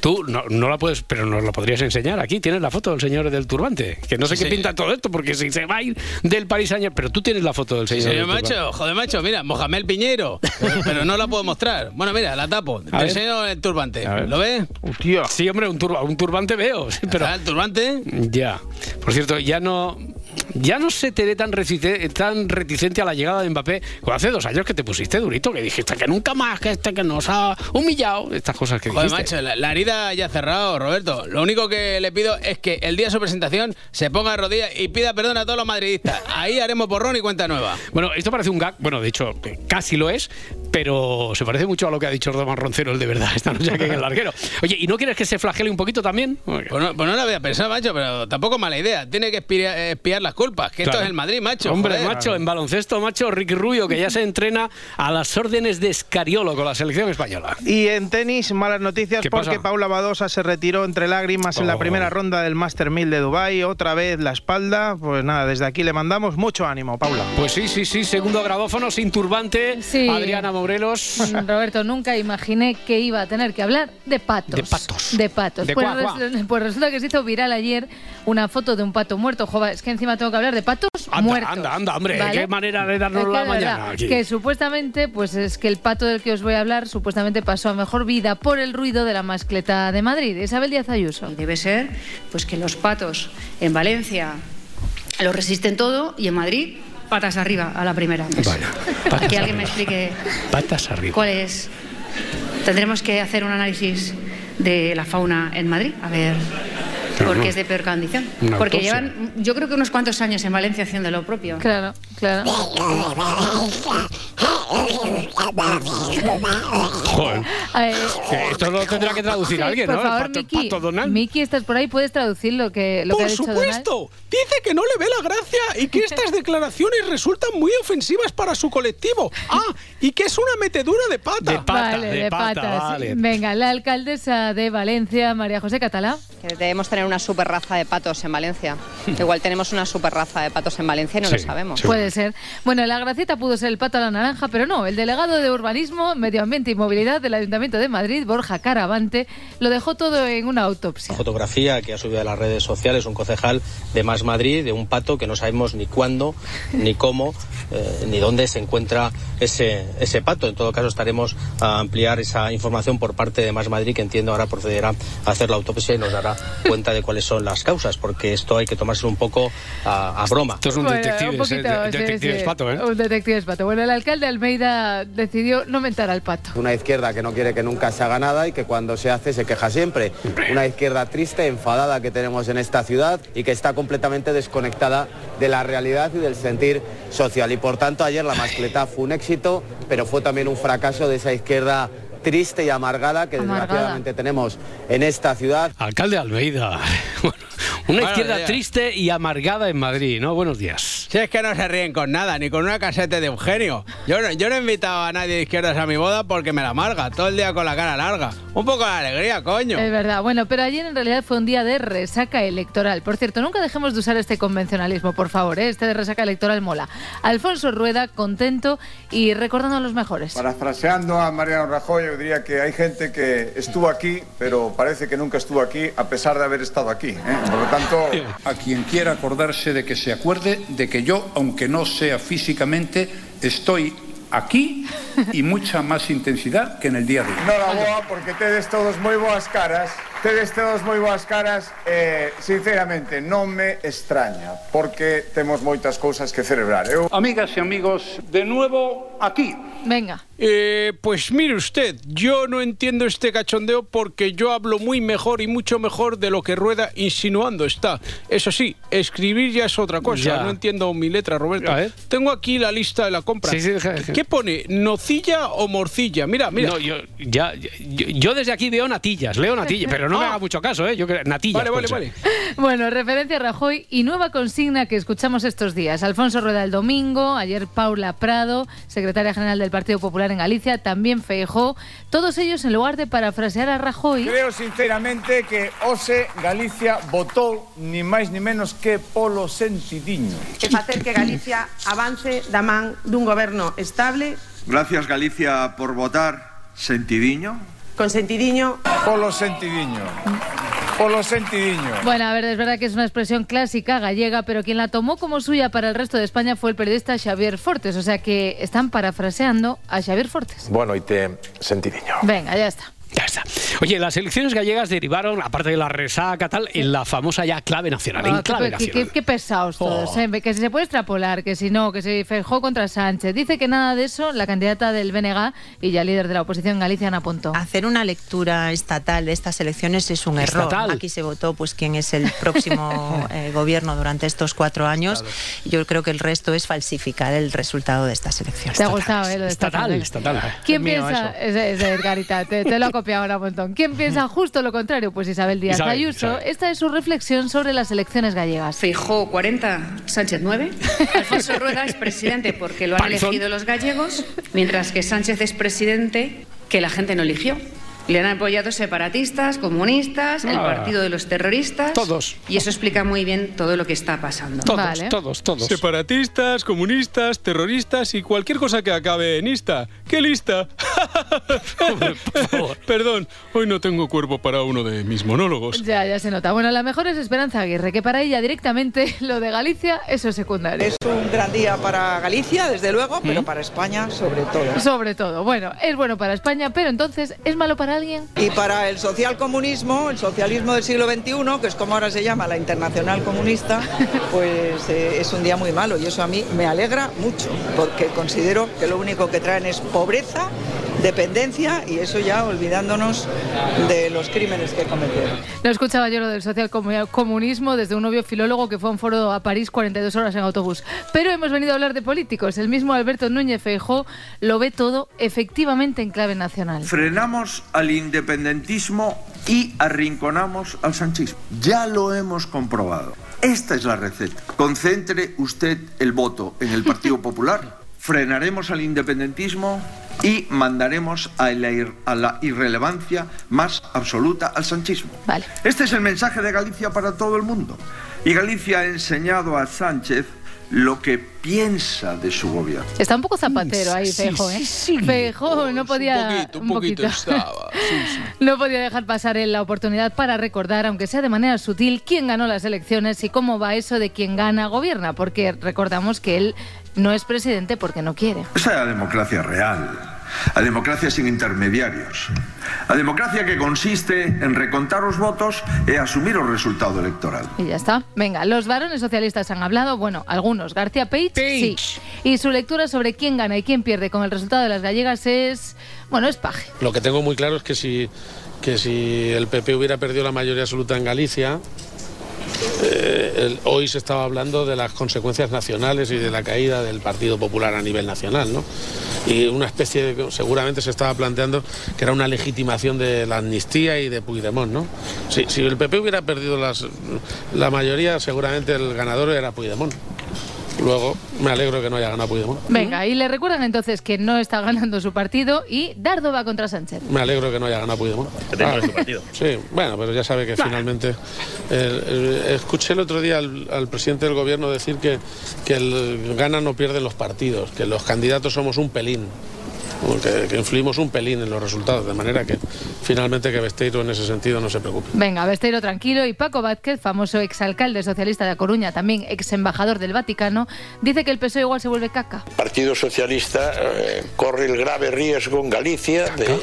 Speaker 1: tú no, no la puedes, pero nos la podrías enseñar. Aquí tienes la foto del señor del turbante, que no sé
Speaker 5: Sí.
Speaker 1: qué pinta todo esto, porque si se va a ir del Paris Saint, pero tú tienes la foto del
Speaker 5: Sí,
Speaker 1: señor.
Speaker 5: señor
Speaker 1: del turbante.
Speaker 5: macho, joder macho, mira, Mohamed el Piñero, pero no la puedo mostrar. Bueno, mira, la tapo,
Speaker 1: A
Speaker 5: te
Speaker 1: ver.
Speaker 5: enseño el turbante,
Speaker 1: A ver.
Speaker 5: ¿lo ves?
Speaker 1: Sí, hombre, un, turba- un turbante veo, sí, pero...
Speaker 5: ¿El turbante?
Speaker 1: Ya. Por cierto, ya no... Ya no se te ve tan, recite- tan reticente a la llegada de Mbappé. Cuando Hace dos años que te pusiste durito, que dijiste que nunca más, que este que nos ha humillado. Estas cosas que
Speaker 5: Joder,
Speaker 1: dijiste.
Speaker 5: macho, la, la herida ya ha cerrado, Roberto. Lo único que le pido es que el día de su presentación se ponga de rodillas y pida perdón a todos los madridistas. Ahí haremos borrón y cuenta nueva.
Speaker 1: Bueno, esto parece un gag, bueno, de hecho, eh, casi lo es, pero se parece mucho a lo que ha dicho Román Roncero, el de verdad, esta noche aquí en el larguero. Oye, ¿y no quieres que se flagele un poquito también?
Speaker 5: Pues no, pues no la había pensado, macho, pero tampoco mala idea. Tiene que espiar, espiar las culpas, que esto
Speaker 1: Claro.
Speaker 5: es el Madrid, macho.
Speaker 1: Hombre,
Speaker 5: joder.
Speaker 1: macho, en baloncesto, macho, Ricky Rubio, que ya se entrena a las órdenes de Escariolo con la selección española.
Speaker 3: Y en tenis, malas noticias
Speaker 1: ¿Qué
Speaker 3: porque
Speaker 1: pasa?
Speaker 3: Paula Badosa se retiró entre lágrimas en la
Speaker 1: Oh.
Speaker 3: primera ronda del Master 1000 de Dubai Otra vez la espalda. Pues nada, desde aquí le mandamos mucho ánimo, Paula.
Speaker 1: Pues sí, sí, sí, segundo gradófono, sin turbante,
Speaker 20: Sí.
Speaker 1: Adriana Morelos.
Speaker 20: Mm, Roberto, nunca imaginé que iba a tener que hablar de patos. De patos. De patos.
Speaker 1: De
Speaker 20: pues,
Speaker 1: cuá, cuá.
Speaker 20: res- pues resulta que se hizo viral ayer una foto de un pato muerto. Jova, es que encima tengo que hablar de patos
Speaker 1: Anda,
Speaker 20: muertos.
Speaker 1: anda, anda, hombre,
Speaker 20: ¿vale?
Speaker 1: qué manera de darnos
Speaker 20: Es que
Speaker 1: la
Speaker 20: de
Speaker 1: mañana
Speaker 20: verdad,
Speaker 1: aquí.
Speaker 20: Que supuestamente, pues es que el pato del que os voy a hablar supuestamente pasó a mejor vida por el ruido de la mascleta de Madrid. Isabel Díaz Ayuso.
Speaker 10: Debe ser pues que los patos en Valencia lo resisten todo y en Madrid patas arriba a la primera.
Speaker 1: patas
Speaker 10: que alguien
Speaker 1: arriba.
Speaker 10: me explique
Speaker 1: Patas arriba.
Speaker 10: cuál es. Tendremos que hacer un análisis de la fauna en Madrid, a ver
Speaker 1: Pero
Speaker 10: por
Speaker 1: no.
Speaker 10: qué es de peor condición.
Speaker 1: Una
Speaker 10: Porque
Speaker 1: autopsia.
Speaker 10: llevan, yo creo que unos cuantos años en Valencia haciendo lo propio.
Speaker 20: Claro, claro.
Speaker 1: Joder.
Speaker 20: Eh,
Speaker 1: Que Esto lo tendrá que traducir
Speaker 20: sí,
Speaker 1: alguien,
Speaker 20: por
Speaker 1: ¿no? El
Speaker 20: favor,
Speaker 1: pato-
Speaker 20: Miki,
Speaker 1: pato Donald.
Speaker 20: Miki, estás por ahí, puedes traducir lo que, lo que ha
Speaker 11: Por
Speaker 20: dicho
Speaker 11: supuesto, dice que no le ve la gracia y que estas declaraciones resultan muy ofensivas para su colectivo. Ah, y que es una metedura de pata.
Speaker 1: De pata, de, pata, vale.
Speaker 20: Venga, la alcaldesa de Valencia, María José Catalá.
Speaker 14: Debemos tener una super raza de patos en Valencia. Igual tenemos una super raza de patos en Valencia y no lo sabemos.
Speaker 10: Pues
Speaker 20: Puede ser. Bueno, la gracieta pudo ser el pato a la naranja, pero no. El delegado de Urbanismo, Medio Ambiente y Movilidad del Ayuntamiento de Madrid, Borja Caravante, lo dejó todo en una autopsia.
Speaker 25: fotografía que ha subido a las redes sociales un concejal de Más Madrid de un pato que no sabemos ni cuándo, ni cómo, eh, ni dónde se encuentra ese, ese pato. En todo caso, estaremos a ampliar esa información por parte de Más Madrid, que entiendo ahora procederá a hacer la autopsia y nos dará cuenta de cuáles son las causas, porque esto hay que tomárselo un poco a, a broma. Esto
Speaker 1: es
Speaker 20: Bueno, un poquito, sí, sí.
Speaker 1: ¿eh?
Speaker 20: Un detective es pato. Bueno, el alcalde de Almeida decidió no mentar al pato.
Speaker 26: Una izquierda que no quiere que nunca se haga nada y que cuando se hace se queja siempre. Una izquierda triste, enfadada que tenemos en esta ciudad y que está completamente desconectada de la realidad y del sentir social. Y por tanto ayer la mascleta fue un éxito, pero fue también un fracaso de esa izquierda triste y amargada que
Speaker 20: Amargada.
Speaker 26: desgraciadamente tenemos en esta ciudad.
Speaker 1: Alcalde Almeida. Bueno, una
Speaker 5: Buenos
Speaker 1: izquierda
Speaker 5: días.
Speaker 1: triste y amargada en Madrid, ¿no? Buenos días.
Speaker 5: Ah. Si es que no se ríen con nada, ni con una casete de Eugenio. Yo no, yo no he invitado a nadie de izquierdas a mi boda porque me la amarga, todo el día con la cara larga. Un poco de alegría, coño.
Speaker 20: Es verdad, bueno, pero ayer en realidad fue un día de resaca electoral. Por cierto, nunca dejemos de usar este convencionalismo, por favor, ¿eh? este de resaca electoral mola. Alfonso Rueda, contento y recordando a los mejores.
Speaker 27: Parafraseando a Mariano Rajoy, yo diría que hay gente que estuvo aquí, pero parece que nunca estuvo aquí a pesar de haber estado aquí. ¿eh? Por lo tanto, a quien quiera acordarse de que se acuerde de que yo, aunque no sea físicamente, estoy aquí y mucha más intensidad que en el día de hoy. Enhorabuena porque tedes todos moi boas caras. Tedes todos moi boas caras e, sinceramente, non me extraña porque temos moitas cousas que celebrar. Eu... Amigas e amigos, de nuevo aquí.
Speaker 20: Venga.
Speaker 5: Eh, pues mire usted, yo no entiendo este cachondeo porque yo hablo muy mejor y mucho mejor de lo que Rueda insinuando está. Eso sí, escribir ya es otra cosa.
Speaker 1: Ya.
Speaker 5: No entiendo mi letra, Roberto. Tengo aquí la lista de la compra.
Speaker 1: Sí, sí, deja- deja.
Speaker 5: ¿Qué pone? ¿Nocilla o morcilla? Mira, mira.
Speaker 1: No, yo, ya, yo, yo desde aquí veo natillas, leo natillas, pero
Speaker 20: Ah.
Speaker 28: Ah.
Speaker 1: no me haga mucho caso, ¿eh? Yo creo, natillas.
Speaker 5: Vale, vale,
Speaker 1: Concha.
Speaker 5: vale.
Speaker 20: Bueno, referencia a Rajoy y nueva consigna que escuchamos estos días. Alfonso Rueda el domingo, ayer Paula Prado, secretaria general del Partido Popular en Galicia, también Feijó. Todos ellos, en lugar de parafrasear a Rajoy,
Speaker 27: Creo sinceramente que Ose Galicia votou ni máis ni menos que polo sentidiño.
Speaker 29: e facer que Galicia avance da man dun goberno estable,
Speaker 21: Gracias, Galicia, por votar. Sentidiño.
Speaker 29: con sentidiño.
Speaker 27: Polo sentidiño. Polo sentidiño.
Speaker 20: Bueno, a ver, es verdad que es una expresión clásica gallega, pero quien la tomó como suya para el resto de España fue el periodista Xavier Fortes. O sea que están parafraseando a Xavier Fortes.
Speaker 27: Bueno, te sentidiño.
Speaker 20: Venga, ya está.
Speaker 1: Ya está. Oye, las elecciones gallegas derivaron, aparte de la resaca tal, en la famosa ya clave nacional, en
Speaker 20: Ah, qué
Speaker 1: clave
Speaker 20: pe- qué,
Speaker 1: nacional.
Speaker 20: qué- qué pesados todos,
Speaker 1: Oh.
Speaker 20: ¿eh? que si se puede extrapolar, que si no, que se fejó contra Sánchez. Dice que nada de eso, la candidata del BNG y ya líder de la oposición en Galicia, Ana Pontón.
Speaker 30: Hacer una lectura estatal de estas elecciones es un error.
Speaker 20: Estatal.
Speaker 30: Aquí se votó pues quién es el próximo eh, gobierno durante estos cuatro años. Yo creo que el resto es falsificar el resultado de estas elecciones.
Speaker 20: Te ha gustado, ¿eh? Lo de
Speaker 30: Estatal,
Speaker 20: estatal.
Speaker 30: estatal.
Speaker 20: ¿Quién
Speaker 30: Es mío
Speaker 20: piensa? Es, es de Edgarita, te, te lo ha copiado Ana Pontón. ¿Quién piensa justo lo contrario? Pues Isabel Díaz
Speaker 30: Isabel,
Speaker 20: Ayuso.
Speaker 30: Isabel.
Speaker 20: Esta es su reflexión sobre las elecciones gallegas.
Speaker 10: Fijó 40, Sánchez 9. Alfonso Rueda es presidente porque lo han
Speaker 20: Panzón.
Speaker 10: elegido los gallegos, mientras que Sánchez es presidente que la gente no eligió. Le han apoyado separatistas, comunistas, el
Speaker 1: Ah.
Speaker 10: partido de los terroristas.
Speaker 1: Todos.
Speaker 10: Y eso explica muy bien todo lo que está pasando.
Speaker 1: Todos, todos, todos.
Speaker 5: Separatistas, comunistas, terroristas y cualquier cosa que acabe en ista. ¡Qué lista! Perdón, hoy no tengo cuerpo para uno de mis monólogos.
Speaker 20: Ya, ya se nota. Bueno, la mejor es Esperanza Aguirre, que para ella directamente lo de Galicia, eso es secundario.
Speaker 29: Es un gran día para Galicia, desde luego,
Speaker 11: ¿Eh?
Speaker 29: pero para España sobre todo.
Speaker 20: Sobre todo, bueno, es bueno para España, pero entonces, ¿es malo para alguien?
Speaker 29: Y para el socialcomunismo, el socialismo del siglo XXI, que es como ahora se llama la internacional comunista, pues eh, es un día muy malo y eso a mí me alegra mucho, porque considero que lo único que traen es pobreza, dependencia y eso ya olvidándonos de los crímenes que cometieron.
Speaker 20: No escuchaba yo lo del social comu- comunismo desde un novio filólogo que fue a un foro a París 42 horas en autobús. Pero hemos venido a hablar de políticos. El mismo Alberto Núñez Feijó lo ve todo efectivamente en clave nacional.
Speaker 21: Frenamos al independentismo y arrinconamos al sanchismo. Ya lo hemos comprobado. Esta es la receta. Concentre usted el voto en el Partido Popular. Frenaremos al independentismo y mandaremos a la, ir- a la irrelevancia más absoluta al sanchismo. Este es el mensaje de Galicia para todo el mundo. Y Galicia ha enseñado a Sánchez lo que piensa de su gobierno.
Speaker 20: Está un poco zapatero ahí,
Speaker 21: Sí,
Speaker 20: Feijó, ¿eh? Feijó no podía... un poquito. No podía dejar pasar él la oportunidad para recordar, aunque sea de manera sutil, quién ganó las elecciones y cómo va eso de quien gana gobierna, porque recordamos que él no es presidente porque no quiere.
Speaker 21: Esa es la democracia real, la democracia sin intermediarios, la democracia que consiste en recontar os votos e asumir o resultado electoral.
Speaker 20: Y ya está. Venga, los varones socialistas han hablado, bueno, algunos. García Page, sí. Y su lectura sobre quién gana y quién pierde con el resultado de las gallegas es, bueno, es paje.
Speaker 16: Lo que tengo muy claro es que si, que si el PP hubiera perdido la mayoría absoluta en Galicia, eh, el- hoy se estaba hablando de las consecuencias nacionales y de la caída del Partido Popular a nivel nacional, ¿no? Y una especie de, seguramente se estaba planteando que era una legitimación de la amnistía y de Puigdemont, ¿no? Si, si el PP hubiera perdido las- la mayoría, seguramente el ganador era Puigdemont. Luego, me alegro que no haya ganado Puigdemont.
Speaker 20: Venga, y le recuerdan entonces que no está ganando su partido y Dardo va contra Sánchez.
Speaker 16: Me alegro que no haya ganado Puigdemont.
Speaker 31: dentro de su
Speaker 16: partido. Sí, bueno, pero ya sabe que finalmente... el- el- escuché el otro día al, al presidente del gobierno decir que, que el, gana no pierden los partidos, que los candidatos somos un pelín. Como Que, que influimos un pelín en los resultados, de manera que finalmente que Besteiro en ese sentido no se preocupe.
Speaker 20: Venga, Besteiro tranquilo y Paco Vázquez, famoso exalcalde socialista de A Coruña, también ex embajador del Vaticano, dice que el PSOE igual se vuelve caca.
Speaker 12: Partido Socialista eh, corre el grave riesgo en Galicia de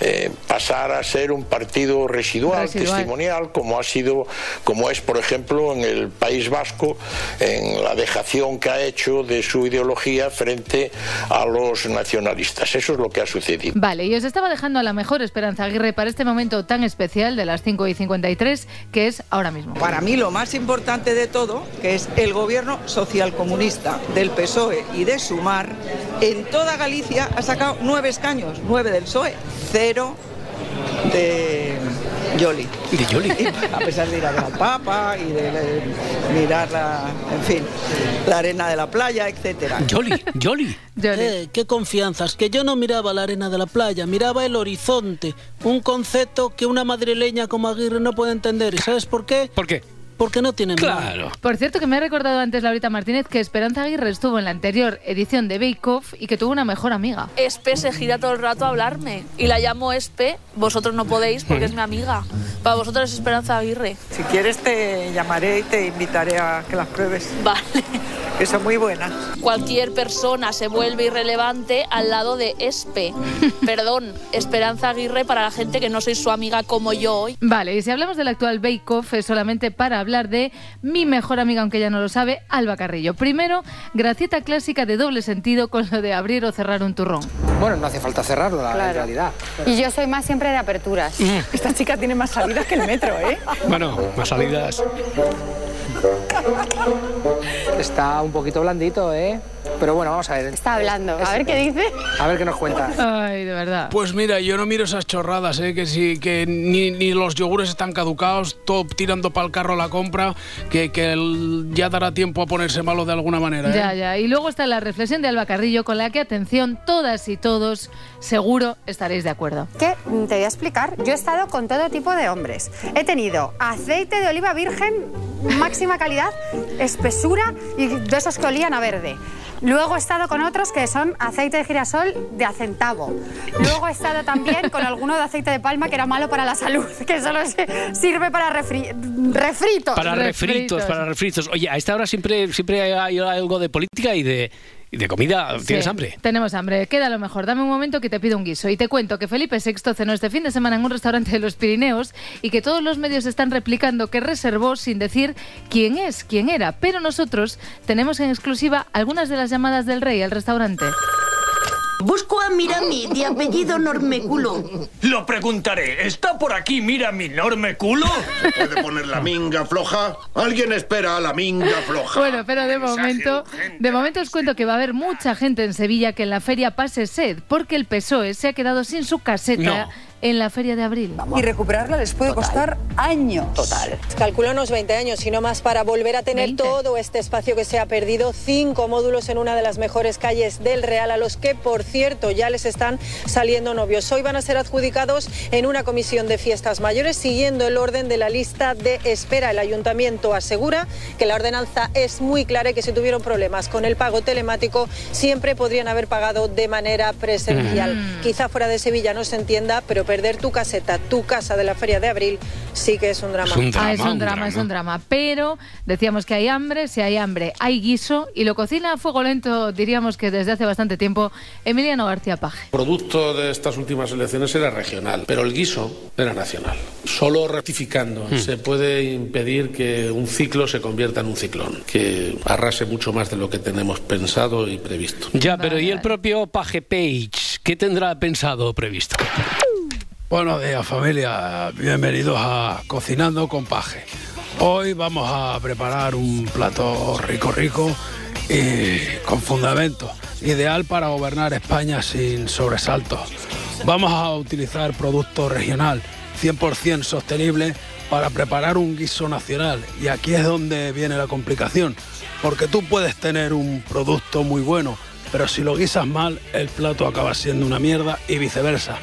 Speaker 12: eh, pasar a ser un partido residual,
Speaker 20: Residual.
Speaker 12: testimonial, como ha sido, como es, por ejemplo, en el País Vasco, en la dejación que ha hecho de su ideología frente a los nacionalistas. Eso es lo que ha sucedido.
Speaker 20: Vale, y os estaba dejando a la mejor Esperanza Aguirre para este momento tan especial de las 5 y 53, que es ahora mismo.
Speaker 29: Para mí lo más importante de todo, que es el gobierno socialcomunista del PSOE E y de Sumar, en toda Galicia ha sacado nueve escaños, nueve del PSOE, E, cero de Yoli.
Speaker 1: De Yoli.
Speaker 29: A pesar de ir a ver al Papa y de, eh, mirar la, en fin, la arena de la playa, etcétera.
Speaker 1: Jolly.
Speaker 28: Eh, qué confianzas, que yo no miraba la arena de la playa, miraba el horizonte, un concepto que una madrileña como Aguirre no puede entender. ¿Y sabes por qué?
Speaker 1: ¿Por qué?
Speaker 28: Porque no tiene
Speaker 1: Claro.
Speaker 20: Por cierto, que me ha recordado antes Laurita Martínez que Esperanza Aguirre estuvo en la anterior edición de Bake Off y que tuvo una mejor amiga.
Speaker 22: Espe se gira todo el rato a hablarme y la llamo Espe, vosotros no podéis porque es mi amiga. Para vosotros es Esperanza Aguirre.
Speaker 29: Si quieres te llamaré y te invitaré a que las pruebes.
Speaker 22: Vale.
Speaker 29: Que son muy buenas.
Speaker 22: Cualquier persona se vuelve irrelevante al lado de Espe. Perdón, Esperanza Aguirre para la gente que no soy su amiga como yo hoy.
Speaker 20: Vale, y si hablamos del actual Bake Off es solamente para hablar de mi mejor amiga, aunque ya no lo sabe, Alba Carrillo. Primero, gracieta clásica de doble sentido con lo de abrir o cerrar un turrón.
Speaker 25: Bueno, no hace falta cerrarlo, la- Claro. en realidad.
Speaker 14: Y yo soy más siempre de aperturas.
Speaker 1: Mm.
Speaker 25: Esta chica tiene más salidas que el metro, ¿eh?
Speaker 1: Bueno, más salidas.
Speaker 25: Está un poquito blandito, ¿eh? Pero bueno, vamos a ver.
Speaker 14: Está hablando, a ver qué dice.
Speaker 25: A ver qué nos cuenta.
Speaker 20: Ay, de verdad.
Speaker 5: Pues mira, yo no miro esas chorradas, ¿eh? que sí, que ni, ni los yogures están caducados, todo tirando para el carro la compra, que, que el- ya dará tiempo a ponerse malo de alguna manera. ¿eh?
Speaker 20: Ya, ya. Y luego está la reflexión de Alba Carrillo con la que, atención, todas y todos seguro estaréis de acuerdo.
Speaker 14: Que mm, te voy a explicar, yo he estado con todo tipo de hombres. He tenido aceite de oliva virgen, máxima calidad, espesura y de esos que olían a verde. Luego he estado con otros que son aceite de girasol de a centavo. Luego he estado también con alguno de aceite de palma que era malo para la salud, que solo se- sirve para refri- refritos.
Speaker 1: Para refritos, para refritos. Oye, a esta hora siempre, siempre hay algo de política y de, y de comida. ¿Tienes
Speaker 20: Sí,
Speaker 1: hambre?
Speaker 20: Tenemos hambre. Queda lo mejor. Dame un momento que te pido un guiso. Y te cuento que Felipe VI cenó este fin de semana en un restaurante de los Pirineos y que todos los medios están replicando que reservó sin decir quién es, quién era. Pero nosotros tenemos en exclusiva algunas de las llamadas del rey al restaurante.
Speaker 9: Busco a Mirami, de apellido Normeculo.
Speaker 15: Lo preguntaré. ¿Está por aquí, mira mi enorme culo? ¿Se puede poner la minga floja? Alguien espera a la minga floja.
Speaker 20: Bueno, pero de momento, de momento os cuento que va a haber mucha gente en Sevilla que en la feria pase sed, porque el PSOE E se ha quedado sin su caseta
Speaker 13: No.
Speaker 20: en la feria de abril.
Speaker 13: Y recuperarla les puede costar años. Total. Calcula unos 20 años, si no más, para volver a tener todo este espacio que se ha perdido. Cinco módulos en una de las mejores calles del Real, a los que, por cierto, ya les están saliendo novios. Hoy van a ser adjudicados en una comisión de fiestas mayores, siguiendo el orden de la lista de espera. El ayuntamiento asegura que la ordenanza es muy clara y que si tuvieron problemas con el pago telemático, siempre podrían haber pagado de manera presencial. Mm. Quizá fuera de Sevilla no se entienda, pero perder tu caseta, tu casa de la feria de abril, sí que es un drama.
Speaker 20: Ah, es un drama, es un drama. Pero decíamos que hay hambre, si hay hambre, hay guiso y lo cocina a fuego lento, diríamos que desde hace bastante tiempo, Emiliano García Paje.
Speaker 16: producto de estas últimas elecciones era regional, pero el guiso era nacional. Solo rectificando se puede impedir que un ciclo se convierta en un ciclón, que arrase mucho más de lo que tenemos pensado y previsto.
Speaker 1: Ya, pero ¿y el propio Paje Page? ¿Qué tendrá pensado o previsto?
Speaker 19: Buenos días familia, bienvenidos a Cocinando con Paje. Hoy vamos a preparar un plato rico rico y con fundamento, ideal para gobernar España sin sobresaltos. Vamos a utilizar producto regional 100% sostenible para preparar un guiso nacional y aquí es donde viene la complicación, porque tú puedes tener un producto muy bueno, pero si lo guisas mal, el plato acaba siendo una mierda y viceversa.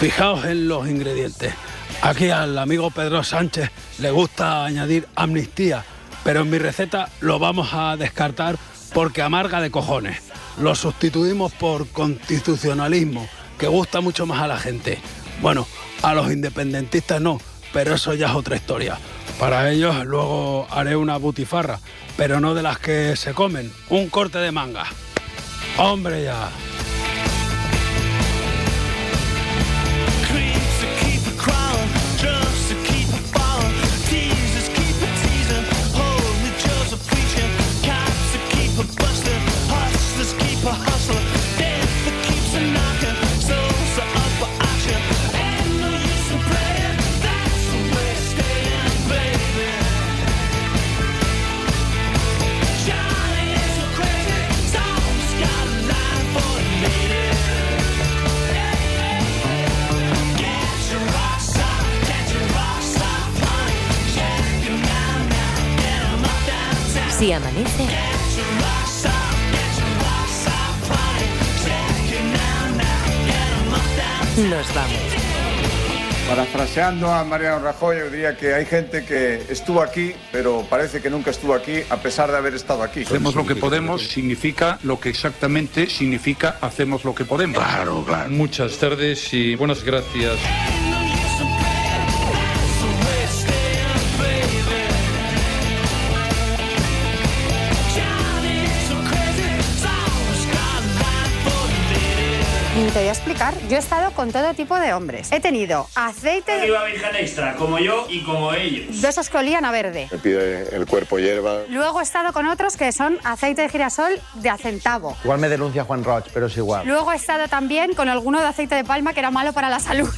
Speaker 19: Fijaos en los ingredientes. Aquí al amigo Pedro Sánchez le gusta añadir amnistía, pero en mi receta lo vamos a descartar porque amarga de cojones. lo sustituimos por constitucionalismo, que gusta mucho más a la gente. Bueno, a los independentistas no, pero eso ya es otra historia. Para ellos luego haré una butifarra, pero no de las que se comen, un corte de manga. Hombre ya.
Speaker 9: Si amanece, nos vamos.
Speaker 27: Parafraseando a Mariano Rajoy, yo diría que hay gente que estuvo aquí, pero parece que nunca estuvo aquí, a pesar de haber estado aquí.
Speaker 32: Hacemos lo que podemos significa lo que exactamente significa hacemos lo que podemos. Claro, claro. Muchas tardes y buenas gracias.
Speaker 14: Te voy a explicar. Yo he estado con todo tipo de hombres. He tenido aceite
Speaker 4: Oliva virgen extra, como yo y como ellos.
Speaker 14: de esos que olían a verde.
Speaker 27: Me pide el cuerpo hierba.
Speaker 14: Luego he estado con otros que son aceite de girasol de a centavo.
Speaker 15: Igual me denuncia Juan Roch, pero es igual.
Speaker 14: Luego he estado también con alguno de aceite de palma que era malo para la salud.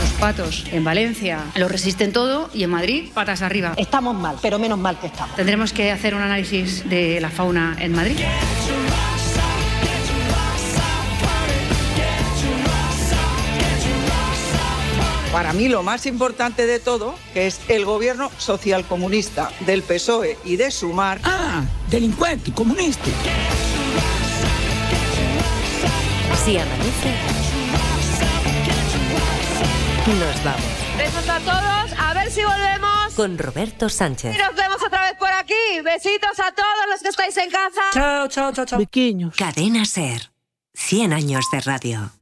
Speaker 10: Los patos en Valencia lo resisten todo y en Madrid patas arriba. Estamos mal, pero menos mal que estamos. Tendremos que hacer un análisis de la fauna en Madrid.
Speaker 29: Para mí lo más importante de todo, que es el gobierno socialcomunista del PSOE E y de Sumar. Ah, delincuente, comunista.
Speaker 9: Si amanece, nos vamos.
Speaker 7: Besos a todos, a ver si volvemos.
Speaker 9: Con Roberto Sánchez.
Speaker 7: Y nos vemos otra vez por aquí. Besitos a todos los que estáis en casa.
Speaker 9: Chao, chao, chao, chao. Cadena Ser. 100 años de radio.